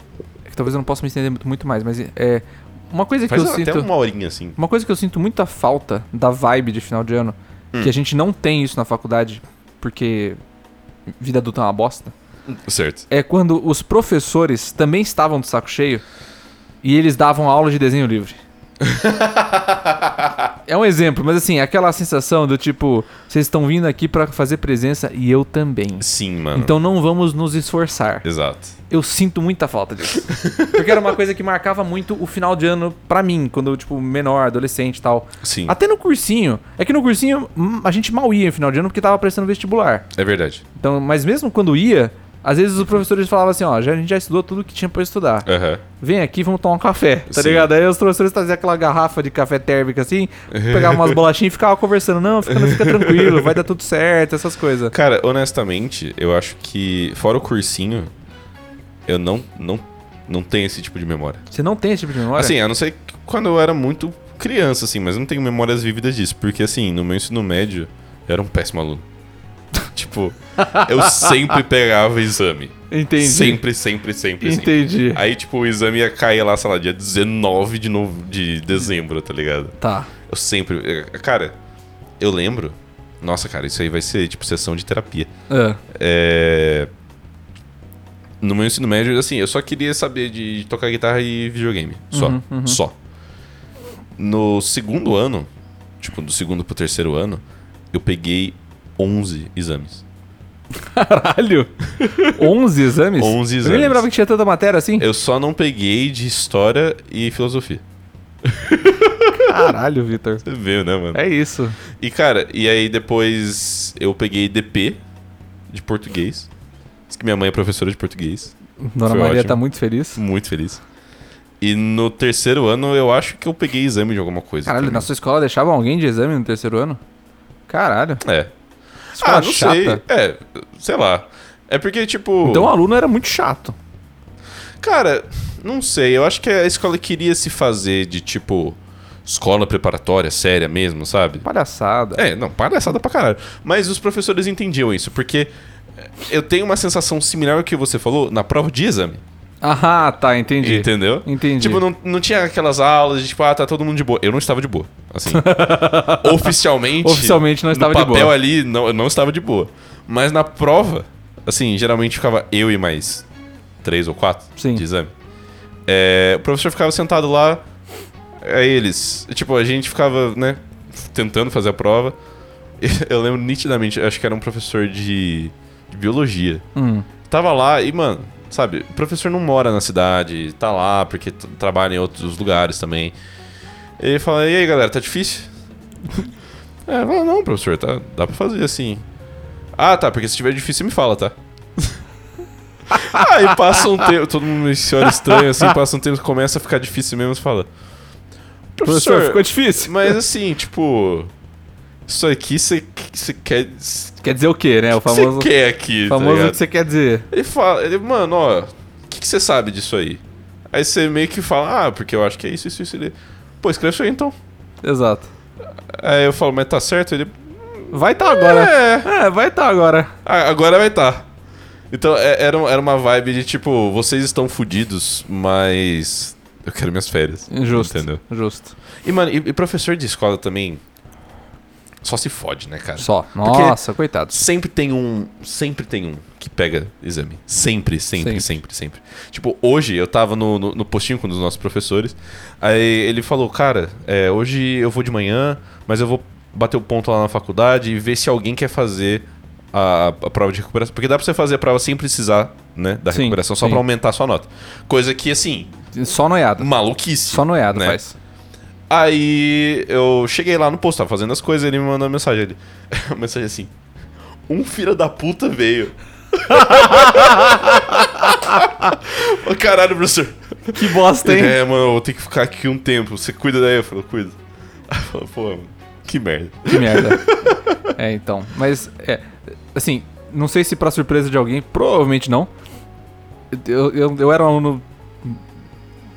S1: é que Talvez eu não possa me estender muito, muito mais, mas é. Uma coisa que
S2: Faz um-
S1: eu
S2: até
S1: sinto. Uma...
S2: uma horinha assim.
S1: coisa que eu sinto muita falta da vibe de final de ano,
S2: Hum.
S1: que a gente não tem isso na faculdade, porque vida adulta é uma bosta.
S2: Certo.
S1: É quando os professores também estavam de saco cheio e eles davam aula de desenho
S2: [LAUGHS]
S1: livre. é um exemplo, mas assim, aquela sensação do tipo, vocês estão vindo aqui pra fazer presença e eu também.
S2: Sim, mano.
S1: Então não vamos nos esforçar.
S2: Exato.
S1: Eu sinto muita falta disso. Porque era uma coisa que marcava muito o final de ano pra mim, quando eu, tipo, menor, adolescente e tal.
S2: Sim.
S1: Até no cursinho. É que no cursinho hum, a gente mal ia em final de ano porque tava prestando vestibular.
S2: É verdade.
S1: Então, mas mesmo quando ia, às vezes os professores falavam assim, ó, já, a gente já estudou tudo que tinha pra estudar.
S2: Aham.
S1: Vem aqui, vamos tomar um café, tá
S2: Sim.
S1: ligado? Aí os professores traziam aquela garrafa de café térmico assim, pegavam umas bolachinhas e ficavam conversando. Não, fica, fica tranquilo, vai dar tudo certo, essas coisas.
S2: Cara, honestamente, eu acho que, fora o cursinho, eu não, não, não tenho esse tipo de memória.
S1: Você não tem esse tipo de memória?
S2: Assim, a não ser que quando eu era muito criança, assim, mas eu não tenho memórias vívidas disso. Porque, assim, no meu ensino médio, eu era um péssimo aluno. [LAUGHS] tipo, eu sempre pegava exame.
S1: Entendi.
S2: Sempre, sempre, sempre, sempre.
S1: Entendi.
S2: Aí, tipo, o exame ia cair lá, sei lá, dia 19 de, novo, de dezembro, tá ligado?
S1: Tá.
S2: Eu sempre. eh, Cara, eu lembro. Nossa, cara, isso aí vai ser tipo sessão de terapia.
S1: Ah,
S2: É, No meu ensino médio, assim, eu só queria saber de tocar guitarra e videogame. Só.
S1: Uhum, uhum.
S2: Só. No segundo ano, tipo, do segundo pro terceiro ano, eu peguei 11 exames. [LAUGHS]
S1: Caralho! 11 exames?
S2: 11
S1: Eu nem
S2: exames.
S1: lembrava que tinha tanta matéria assim.
S2: Eu só não peguei de história e filosofia.
S1: Caralho, Vitor.
S2: Você vê, né, mano?
S1: É isso.
S2: E, cara, e aí depois eu peguei DP de português. Diz que minha mãe é professora de português.
S1: Dona
S2: Foi
S1: Maria
S2: ótimo.
S1: tá muito feliz.
S2: Muito feliz. E no terceiro ano eu acho que eu peguei exame de alguma coisa.
S1: Caralho,
S2: também.
S1: na sua escola deixavam alguém de exame no terceiro ano? Caralho.
S2: É.
S1: Escola
S2: ah, não sei. É, sei lá. É porque, tipo.
S1: Então o aluno era muito chato.
S2: Cara, não sei. Eu acho que a escola queria se fazer de, tipo, escola preparatória, séria mesmo, sabe?
S1: Palhaçada.
S2: É, não, palhaçada pra caralho. Mas os professores entendiam isso, porque eh, eu tenho uma sensação similar ao que você falou na prova de exame.
S1: Ah, tá, entendi.
S2: Entendeu?
S1: Entendi.
S2: Tipo, não, não tinha aquelas aulas de tipo, ah, tá todo mundo de boa. Eu não estava de boa.
S1: [LAUGHS]
S2: Assim. oficialmente.
S1: Oficialmente não estava de
S2: No papel é
S1: boa.
S2: ali, não, eu não estava de boa. Mas na prova, assim, geralmente ficava eu e mais três ou quatro
S1: Sim.
S2: de exame. É, o professor ficava sentado lá, aí eles. Tipo, a gente ficava, né, tentando fazer a prova. [LAUGHS] Eu lembro nitidamente, acho que era um professor de, de biologia.
S1: Hum.
S2: Tava lá e, mano, sabe, o professor não mora na cidade, tá lá porque t- trabalha em outros lugares também. Ele fala, e aí galera, tá difícil? [LAUGHS] é, eu falo, não, professor, tá, dá pra fazer assim. Ah, tá, porque se tiver difícil, você me fala, tá? [LAUGHS] Aí passa um tempo, todo mundo me olha estranho, assim, passa um tempo, começa a ficar difícil mesmo, você fala.
S1: Professor,
S2: Professor,
S1: ficou difícil.
S2: mas assim, tipo. Isso aqui você você quer. Você
S1: Quer dizer o quê, né? O famoso,
S2: quer aqui, tá
S1: famoso
S2: ligado?
S1: que você quer dizer.
S2: Ele fala, ele, mano, ó, o que que você sabe disso aí? Aí você meio que fala, ah, porque eu acho que é isso, isso, isso. Ele, pô, escreve isso aí então.
S1: Exato.
S2: Aí eu falo, mas tá certo? Ele,
S1: Vai tá agora.
S2: é,
S1: É, vai tá agora.
S2: a- agora vai tá. Então é- era, um- era uma vibe de tipo, vocês estão fudidos, mas eu quero minhas férias.
S1: Justo.
S2: Entendeu?
S1: Justo.
S2: E, mano, e, e professor de escola também só se fode, né, cara?
S1: Só.
S2: Porque-
S1: Nossa, coitados.
S2: Sempre tem um. Sempre tem um que pega exame. Sempre, sempre,
S1: Sempre.
S2: sempre, sempre. Tipo, hoje eu tava no, no, no postinho com um dos nossos professores. Aí ele falou, cara, é, hoje eu vou de manhã, mas eu vou bater o ponto lá na faculdade e ver se alguém quer fazer a, a prova de recuperação. Porque dá pra você fazer a prova sem precisar, né, da
S1: Sim,
S2: recuperação, só
S1: sim.
S2: pra aumentar a sua nota. Coisa que, assim,
S1: Só noiado.
S2: maluquice.
S1: Só noiado
S2: né?
S1: faz.
S2: Aí eu cheguei lá no posto, tava fazendo as coisas, ele me mandou uma mensagem. Ele... [LAUGHS] uma mensagem assim: Um filho da puta veio. [LAUGHS] Ô, caralho, professor.
S1: [LAUGHS] Que bosta, hein?
S2: É, mano, eu vou ter que ficar aqui um tempo. Você cuida daí? Eu falo, cuida. [LAUGHS] Aí eu falo, pô, mano, que merda.
S1: Que merda. é, então. Mas, é. Assim, não sei se pra surpresa de alguém, provavelmente não. Eu, eu, eu era um aluno.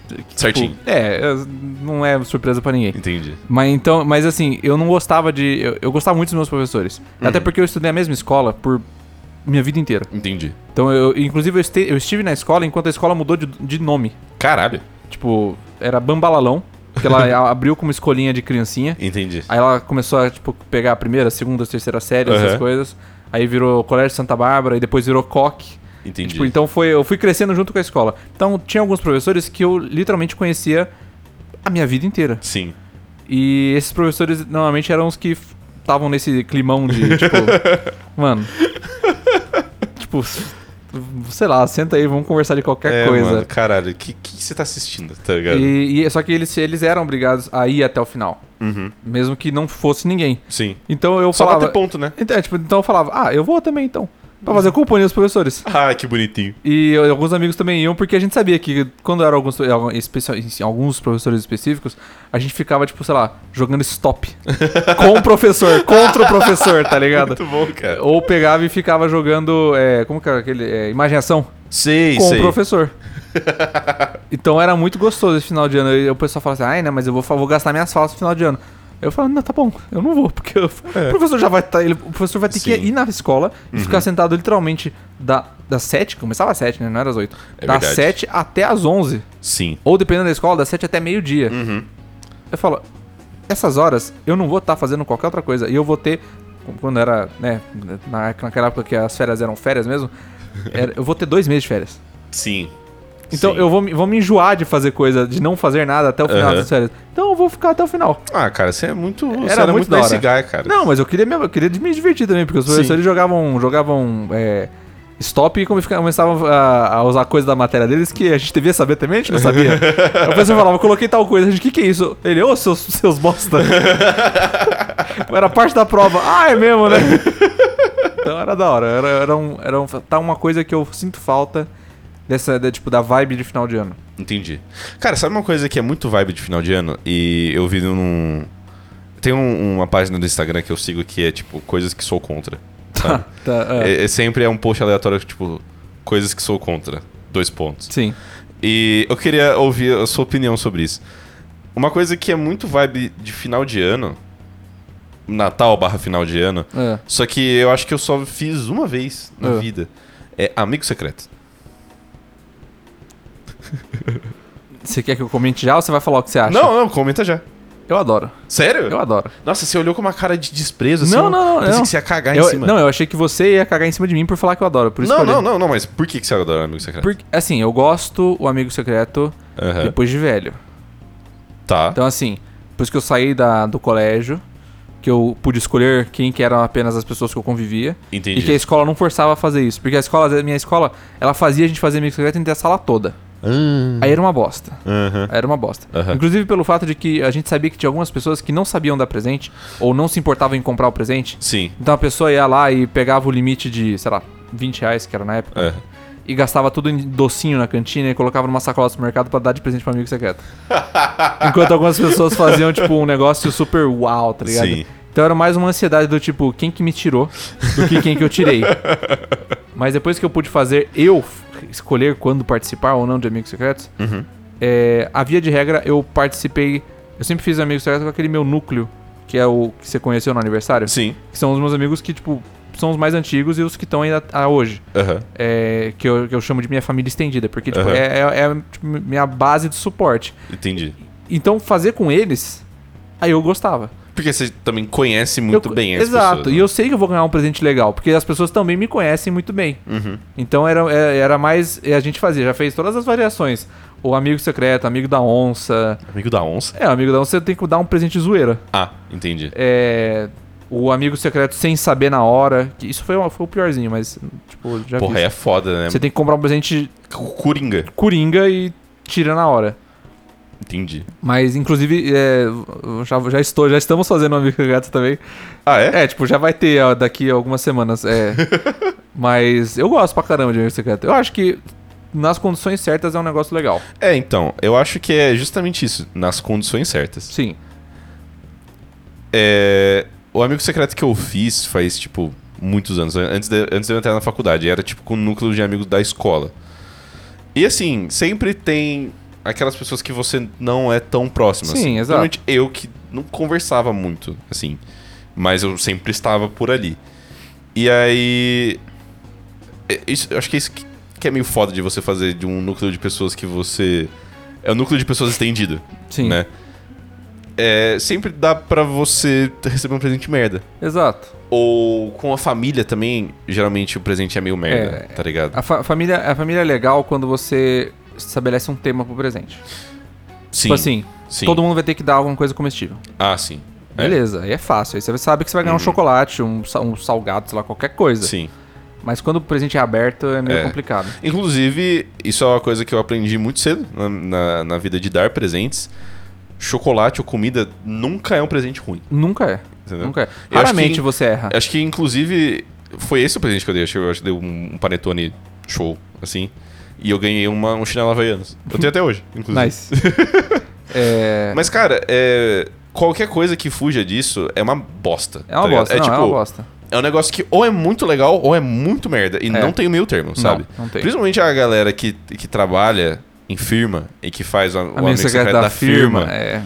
S1: tipo,
S2: Certinho.
S1: É, eu- não é surpresa pra ninguém.
S2: Entendi.
S1: Mas então, mas assim, eu não gostava de. Eu, eu gostava muito dos meus professores.
S2: Uhum.
S1: Até porque eu estudei a mesma escola por minha vida inteira.
S2: Entendi.
S1: Então, eu, inclusive, eu, este- eu estive na escola enquanto a escola mudou de, de nome.
S2: Caralho.
S1: Tipo, era Bambalalão, que ela
S2: [LAUGHS]
S1: a- abriu como escolinha de criancinha.
S2: Entendi.
S1: Aí ela começou a, tipo, pegar a primeira, a segunda, a terceira série, essas
S2: Aham.
S1: coisas. Aí virou Colégio Santa Bárbara e depois virou Coque.
S2: Entendi.
S1: Tipo, então foi, eu fui crescendo junto com a escola. Então tinha alguns professores que eu literalmente conhecia a minha vida inteira.
S2: Sim.
S1: E esses professores normalmente eram os que f- estavam nesse climão
S2: [LAUGHS]
S1: de, tipo, mano. Tipo, s- sei lá, senta aí, vamos conversar de qualquer
S2: é,
S1: coisa.
S2: mano, caralho, o que, que você tá assistindo, tá ligado?
S1: E, e- só que eles, eles eram obrigados a ir até o final.
S2: Uhum.
S1: Mesmo que não fosse ninguém.
S2: Sim.
S1: Então eu
S2: Só
S1: falava.
S2: bater ponto, né? [LAUGHS]
S1: Então, é, tipo, então eu falava, ah, eu vou também então. Pra fazer companhia dos professores.
S2: Ah, que bonitinho.
S1: E eu- alguns amigos também iam, porque a gente sabia que quando eram alguns, algum- especia- alguns professores específicos, a gente ficava, tipo, sei lá, jogando
S2: [LAUGHS]
S1: stop. com o professor, contra o professor, tá ligado?
S2: Muito bom, cara.
S1: Ou pegava e ficava jogando. é, como que era aquele? É, imaginação
S2: Sei,
S1: com
S2: sei.
S1: o professor. [LAUGHS] então era muito gostoso esse final de ano. E o pessoal fala assim, ai, né, mas eu vou, fa- vou gastar minhas falas no final de ano. Eu falo, não, tá bom, eu não vou, [LAUGHS] porque eu- o professor já vai tá, ele- O professor vai ter que
S2: É. Sim. Uhum.
S1: ir na escola e ficar sentado literalmente da, das 7, começava às 7, né? Não era às 8.
S2: É
S1: das
S2: verdade.
S1: 7 até às 11.
S2: Sim. Uhum.
S1: Ou dependendo da escola, das 7 até meio-dia. Eu falo, essas horas eu não vou estar fazendo qualquer outra coisa. E eu vou ter. Quando era, né? na- Naquela época que as férias eram férias mesmo, [LAUGHS] era- eu vou ter dois meses de férias.
S2: Sim.
S1: Então
S2: Sim.
S1: eu vou, me- vou me enjoar de fazer coisa, de não fazer nada até o final
S2: Aham.
S1: das férias. Então eu vou ficar até o final.
S2: Ah, cara, você é muito. você
S1: Era
S2: era
S1: muito
S2: muito
S1: da
S2: nice
S1: hora.
S2: guy, cara.
S1: Não, mas eu queria, mesmo- eu queria me divertir também, porque os
S2: Sim.
S1: professores jogavam, jogavam é, stop e come- começavam a, a usar coisa da matéria deles que a gente devia saber também, a gente não sabia.
S2: [LAUGHS]
S1: Aí o professor falava, coloquei tal coisa, a gente, o que, que é isso? Ele, ô, seus, seus bosta. [LAUGHS] era parte da prova. Ah, é mesmo, né? Então era da hora, era, era, um, era um- tá uma coisa que eu sinto falta dessa, da, tipo, da vibe de final de ano.
S2: Entendi. Cara, sabe uma coisa que é muito vibe de final de ano? E eu vi num. Tem um- uma página do Instagram que eu sigo que é tipo coisas que sou contra. sabe?
S1: Tá, é.
S2: É- é sempre é um post aleatório, tipo, coisas que sou contra. Dois pontos.
S1: Sim.
S2: E eu queria ouvir a sua opinião sobre isso. Uma coisa que é muito vibe de final de ano, Natal barra final de ano,
S1: É.
S2: só que eu acho que eu só fiz uma vez na
S1: Ah.
S2: vida. É Amigo Secreto.
S1: Você quer que eu comente já ou você vai falar o que você acha?
S2: Não, não, comenta já.
S1: Eu adoro,
S2: Sério?
S1: eu adoro.
S2: Nossa, você olhou com uma cara de desprezo, assim.
S1: Não, não, não,
S2: Pensei
S1: não.
S2: que você ia cagar
S1: Eu-
S2: em cima.
S1: Não, eu achei que você ia cagar em cima de mim por falar que eu adoro. Por isso
S2: não,
S1: que eu
S2: não,
S1: olhei.
S2: não, não, mas por que que você adora Amigo Secreto?
S1: Porque, assim, eu gosto o Amigo Secreto
S2: Aham.
S1: depois de velho.
S2: Tá.
S1: Então, assim, por isso que eu saí da, do colégio, que eu pude escolher quem que eram apenas as pessoas que eu convivia.
S2: Entendi.
S1: E que é a escola não forçava a fazer isso. Porque a escola, a minha escola, ela fazia a gente fazer Amigo Secreto entre a sala toda.
S2: Aham.
S1: Aí era uma bosta.
S2: Aham.
S1: Era uma bosta.
S2: Aham.
S1: Inclusive pelo fato de que a gente sabia que tinha algumas pessoas que não sabiam dar presente ou não se importavam em comprar o presente.
S2: Sim.
S1: Então a pessoa ia lá e pegava o limite de, sei lá, 20 reais, que era na época,
S2: É.
S1: e gastava tudo em docinho na cantina e colocava numa sacola do supermercado pra dar de presente pra amigo secreto. Enquanto algumas pessoas faziam, tipo, um negócio super uau, tá ligado?
S2: Sim.
S1: Então era mais uma ansiedade do tipo, quem que me tirou do que quem que eu tirei. Mas depois que eu pude fazer, eu f- escolher quando participar ou não de Amigos Secretos,
S2: Uhum.
S1: é, a via de regra eu participei. Eu sempre fiz Amigos tá Secretos com aquele meu núcleo, que é o que você conheceu no aniversário.
S2: Sim.
S1: Que são os meus amigos que, tipo, são os mais antigos e os que estão ainda a hoje.
S2: Aham.
S1: É, que, eu, que eu chamo de minha família estendida, porque, tipo,
S2: Aham.
S1: é, é- é, tipo, minha base de suporte.
S2: Entendi.
S1: Então, fazer com eles, aí eu gostava.
S2: Porque você também conhece muito
S1: Eu-
S2: bem as
S1: Exato,
S2: pessoas. né?
S1: e eu sei que eu vou ganhar um presente legal, porque as pessoas também me conhecem muito bem.
S2: Uhum.
S1: Então era, é- era mais. e A gente fazia, já fez todas as variações. O amigo secreto, amigo da onça.
S2: Amigo da onça?
S1: É, o amigo da onça você tem que dar um presente de zoeira.
S2: Ah, entendi.
S1: É. O amigo secreto sem saber na hora. Que isso foi, uma- foi o piorzinho, mas, tipo, já
S2: Porra,
S1: vi.
S2: aí é foda, né?
S1: Você tem que comprar um presente
S2: O Coringa.
S1: coringa e tira na hora.
S2: Entendi.
S1: Mas, inclusive, é, eu já, já estou, já estamos fazendo um amigo secreto também.
S2: Ah, é?
S1: É, tipo, já vai ter ó, daqui a algumas semanas.
S2: [LAUGHS]
S1: É. Mas eu gosto pra caramba de amigo secreto. Eu acho que nas condições certas é um negócio legal.
S2: É, então, eu acho que é justamente isso, nas condições certas.
S1: Sim.
S2: É, o amigo secreto que eu fiz faz, tipo, muitos anos, antes de, antes de eu entrar na faculdade, era, tipo, com o núcleo de amigos da escola. E, assim, sempre tem aquelas pessoas que você não é tão próximo,
S1: Sim,
S2: assim.
S1: exato.
S2: Principalmente eu que não conversava muito, assim, mas eu sempre estava por ali. E aí. é, Isso, eu acho que é isso que, que é meio foda de você fazer de um núcleo de pessoas que você. É o núcleo de pessoas estendido,
S1: Sim.
S2: né? É, sempre dá pra você receber um presente merda.
S1: Exato.
S2: Ou com a família também, geralmente o presente é meio merda,
S1: É.
S2: tá ligado?
S1: A, fa- família, a família é legal quando você estabelece um tema pro presente.
S2: Sim.
S1: Tipo assim,
S2: sim.
S1: todo mundo vai ter que dar alguma coisa comestível.
S2: Ah, sim. É. Uhum.
S1: Beleza, aí é fácil. Aí você sabe que você vai ganhar um chocolate, um, sa- um salgado, sei lá, qualquer coisa.
S2: Sim.
S1: Mas quando o presente é aberto é meio
S2: É.
S1: complicado.
S2: Inclusive, isso é uma coisa que eu aprendi muito cedo na, na, na vida de dar presentes. Chocolate ou comida nunca é um presente ruim,
S1: Nunca é.
S2: entendeu?
S1: Nunca é.
S2: Eu acho
S1: Raramente
S2: que- é,
S1: você erra.
S2: Acho que, inclusive, foi esse o presente que eu dei. Acho que eu acho que dei um, um panetone show, assim. E eu ganhei uma, um chinelo havaianos. Eu tenho até hoje, inclusive.
S1: Nice.
S2: [LAUGHS]
S1: é...
S2: Mas, cara, é, qualquer coisa que fuja disso é uma bosta.
S1: É uma
S2: tá ligado?
S1: bosta,
S2: É
S1: não,
S2: tipo,
S1: é uma bosta.
S2: é um negócio que ou é muito legal ou é muito merda. E não tem o meio termo, sabe?
S1: Não, não tem.
S2: Principalmente a galera que, que trabalha em firma e que faz a, o
S1: Amigo secreto da, firma. É.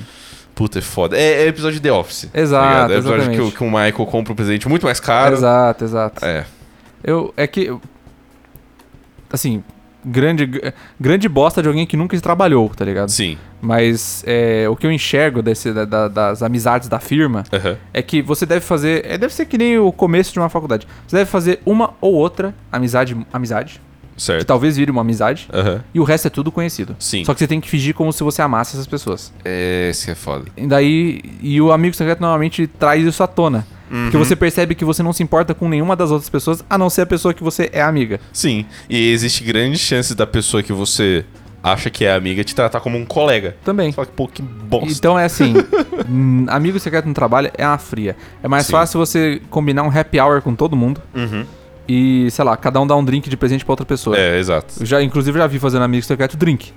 S2: Puta, é foda. É, é episódio de The Office. tá
S1: Exato,
S2: ligado? É episódio que, o-
S1: exatamente.
S2: que o Michael compra um presente muito mais caro.
S1: Exato, exato.
S2: É.
S1: Eu, é que. eu- Assim, grande, grande bosta de alguém que nunca trabalhou, tá ligado?
S2: Sim.
S1: Mas é, o que eu enxergo desse, da- da- das amizades da firma
S2: Aham.
S1: é que você deve fazer. é, deve ser que nem o começo de uma faculdade. Você deve fazer uma ou outra amizade, amizade que
S2: Certo.
S1: talvez vire uma amizade,
S2: Aham.
S1: e o resto é tudo conhecido.
S2: Sim.
S1: Só que você tem que fingir como se você amasse essas pessoas.
S2: É, isso é foda.
S1: E daí, e o amigo secreto normalmente traz isso à tona. Porque
S2: Uhum.
S1: você percebe que você não se importa com nenhuma das outras pessoas, a não ser a pessoa que você é amiga.
S2: Sim. E existe grande chance da pessoa que você acha que é amiga te tratar como um colega.
S1: Também.
S2: Só que, pô, que bosta.
S1: Então é
S2: [LAUGHS]
S1: assim, hum, amigo secreto no trabalho é uma fria. É mais
S2: Sim.
S1: fácil você combinar um happy hour com todo mundo
S2: Uhum.
S1: e, sei lá, cada um dá um drink de presente pra outra pessoa.
S2: É, exato.
S1: Eu já, inclusive, já vi fazendo amigo secreto drink.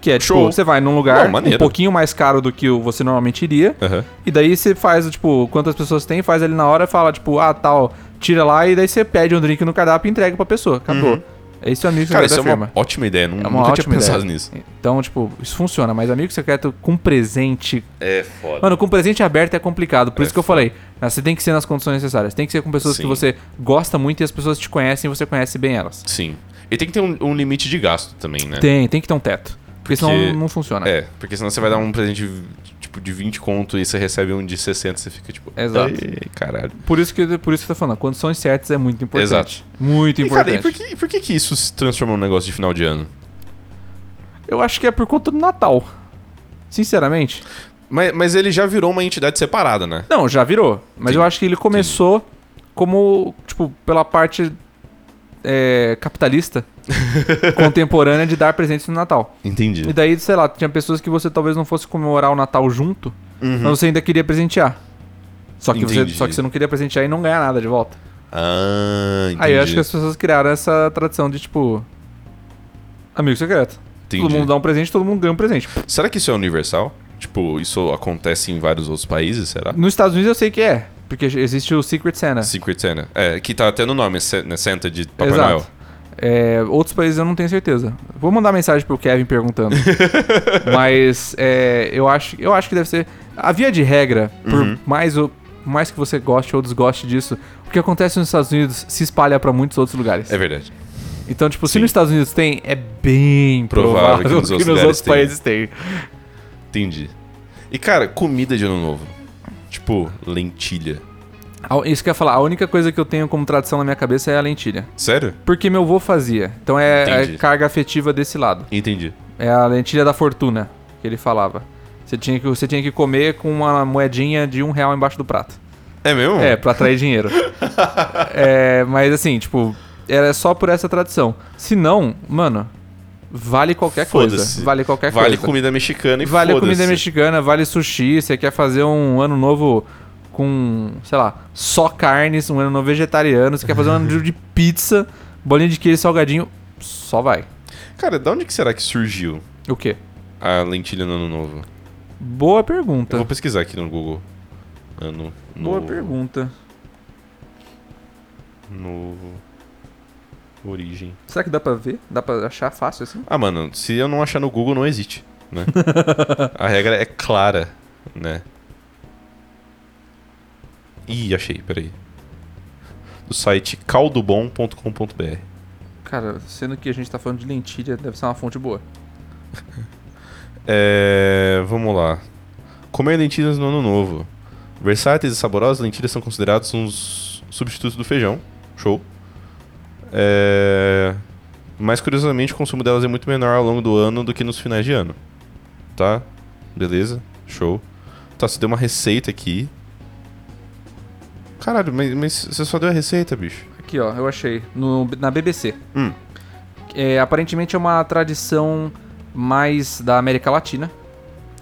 S1: Que é,
S2: Show.
S1: tipo, você vai num
S2: Não,
S1: lugar
S2: maneiro.
S1: um pouquinho mais caro do que o- você normalmente iria.
S2: Aham.
S1: E daí você faz, tipo, quantas pessoas tem, faz ali na hora, fala, tipo, ah, tal, tira lá, e daí você pede um drink no cardápio e entrega pra pessoa. Acabou. É isso, amigo
S2: Uhum. Cara, isso é
S1: secreto da
S2: uma
S1: firma.
S2: ótima ideia.
S1: É
S2: Nun-
S1: uma
S2: Nunca tinha
S1: ótima
S2: pensado
S1: ideia.
S2: nisso.
S1: Então, tipo, isso funciona, mas amigo secreto com presente.
S2: É foda.
S1: Mano, com presente aberto é complicado, por
S2: É
S1: isso que eu falei. né, Você tem que ser nas condições necessárias. Tem que ser com pessoas
S2: Sim.
S1: que você gosta muito e as pessoas te conhecem e você conhece bem elas.
S2: Sim. E tem que ter um, um limite de gasto também, né?
S1: Tem, né? tem que ter um teto. Porque,
S2: Porque-
S1: senão não funciona.
S2: É, porque senão você vai dar um presente tipo de 20 conto e você recebe um de 60, você fica tipo.
S1: Exato.
S2: "Ei, caralho.
S1: Por isso que por isso que eu tô falando, condições certas é muito importante.
S2: Exato.
S1: Muito
S2: E
S1: importante.
S2: cara, e por que, por que que isso se transformou num negócio de final de ano?
S1: Eu acho que é por conta do Natal. Sinceramente.
S2: Mas, mas ele já virou uma entidade separada, né?
S1: Não, já virou. Mas
S2: Sim.
S1: eu acho que ele começou como, tipo, pela parte é,
S2: [LAUGHS]
S1: capitalista contemporânea de dar presentes no Natal.
S2: Entendi.
S1: E daí, sei lá, tinha pessoas que você talvez não fosse comemorar o Natal junto, mas você ainda queria presentear. Só que, você,
S2: Uhum. Entendi.
S1: só que você não queria presentear e não ganhar nada de volta.
S2: Ah, entendi.
S1: Aí eu acho que as pessoas criaram essa tradição de, tipo. Amigo secreto.
S2: entendi.
S1: Todo mundo dá um presente, todo mundo ganha um presente.
S2: Será que isso é universal? Tipo, isso acontece em vários outros países, será?
S1: Nos Estados Unidos eu sei que é, porque existe o Secret Santa.
S2: Secret Santa. É, que tá até no nome, Se- né, Santa de Papai Noel.
S1: É, outros países eu não tenho certeza. Vou mandar mensagem pro Kevin
S2: [LAUGHS]
S1: perguntando. Mas é, eu, acho, eu acho que deve ser. A via de regra, por
S2: Uhum.
S1: mais, o, mais que você goste ou desgoste disso, o que acontece nos Estados Unidos se espalha pra muitos outros lugares.
S2: É verdade.
S1: Então, tipo, se
S2: Sim.
S1: nos Estados Unidos tem, é bem
S2: Provável
S1: provável,
S2: que nos
S1: que nos,
S2: outros lugares
S1: outros
S2: tenha.
S1: países tem.
S2: Entendi. E cara, comida de ano novo. Tipo, lentilha.
S1: A- Isso que eu ia falar, a única coisa que eu tenho como tradição na minha cabeça é a lentilha.
S2: Sério?
S1: Porque meu avô fazia. Então é,
S2: Entendi.
S1: é carga afetiva desse lado.
S2: Entendi.
S1: É a lentilha da fortuna que ele falava. Você tinha que, você tinha que comer com uma moedinha de um real embaixo do prato.
S2: É mesmo?
S1: É, pra atrair
S2: [LAUGHS]
S1: dinheiro. É, mas assim, tipo, era só por essa tradição. Se não, mano, vale qualquer
S2: Foda-se.
S1: coisa. Vale qualquer
S2: Vale
S1: coisa.
S2: comida mexicana e
S1: Vale a comida
S2: foda-se.
S1: mexicana, vale sushi. Você quer fazer um ano novo com, sei lá, só carnes, um ano novo vegetariano. Você quer fazer um ano de pizza, bolinha de queijo e salgadinho. Só vai.
S2: Cara, da onde que será que surgiu
S1: O quê?
S2: a lentilha no ano novo?
S1: Boa
S2: Eu
S1: pergunta.
S2: vou pesquisar aqui no Google. Ano
S1: Tá. Boa
S2: novo.
S1: pergunta.
S2: Novo. Origem.
S1: Será que dá pra ver? Dá pra achar fácil assim?
S2: Ah, mano, se eu não achar no Google, não existe, né? [LAUGHS] a regra é clara, né? Ih, achei, peraí. Do site caldobom.com.br.
S1: Cara, sendo que a gente tá falando de lentilha, deve ser uma fonte boa.
S2: É, vamos lá. Comer lentilhas no ano novo. Versáteis e saborosas, lentilhas são considerados uns substitutos do feijão. Show. É, mas curiosamente o consumo delas é muito menor ao longo do ano do que nos finais de ano. Tá? Beleza? Show. Tá, você deu uma receita aqui. Caralho, mas, mas você só deu a receita, bicho.
S1: Aqui, ó, eu achei. No, na BBC.
S2: Hum.
S1: É, aparentemente é uma tradição mais da América Latina.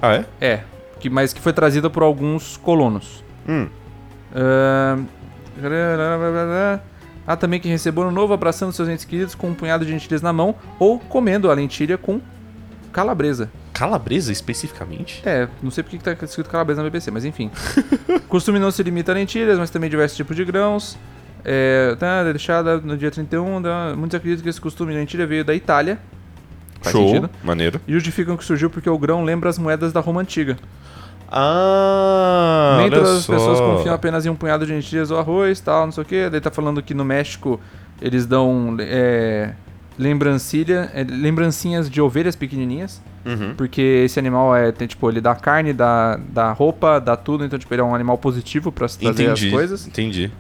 S2: Ah, é?
S1: É, que, mas que foi trazida por alguns colonos.
S2: Hum.
S1: Ahn, Há também que recebeu no novo abraçando seus entes queridos com um punhado de lentilhas na mão ou comendo a lentilha com calabresa.
S2: Calabresa especificamente?
S1: É, não sei porque que tá escrito calabresa na BBC, mas enfim. [LAUGHS] Costume não se limita a lentilhas, mas também diversos tipos de grãos. É, tá, deixada no dia 31. Tá, muitos acreditam que esse costume de lentilha veio da Itália. Faz
S2: Show.
S1: sentido.
S2: Maneiro.
S1: E justificam que surgiu porque o grão lembra as moedas da Roma Antiga.
S2: Ah,
S1: Nem
S2: olha
S1: todas as
S2: só.
S1: pessoas confiam apenas em um punhado de lentilhas ou arroz, tal, não sei o quê. Daí tá falando que no México eles dão é, lembrancinha, é, lembrancinhas de ovelhas pequenininhas.
S2: Uhum.
S1: Porque esse animal é, tem, tipo, ele dá carne, dá, dá roupa, dá tudo, então, tipo, ele é um animal positivo pra se trazer
S2: Entendi.
S1: as coisas.
S2: Entendi.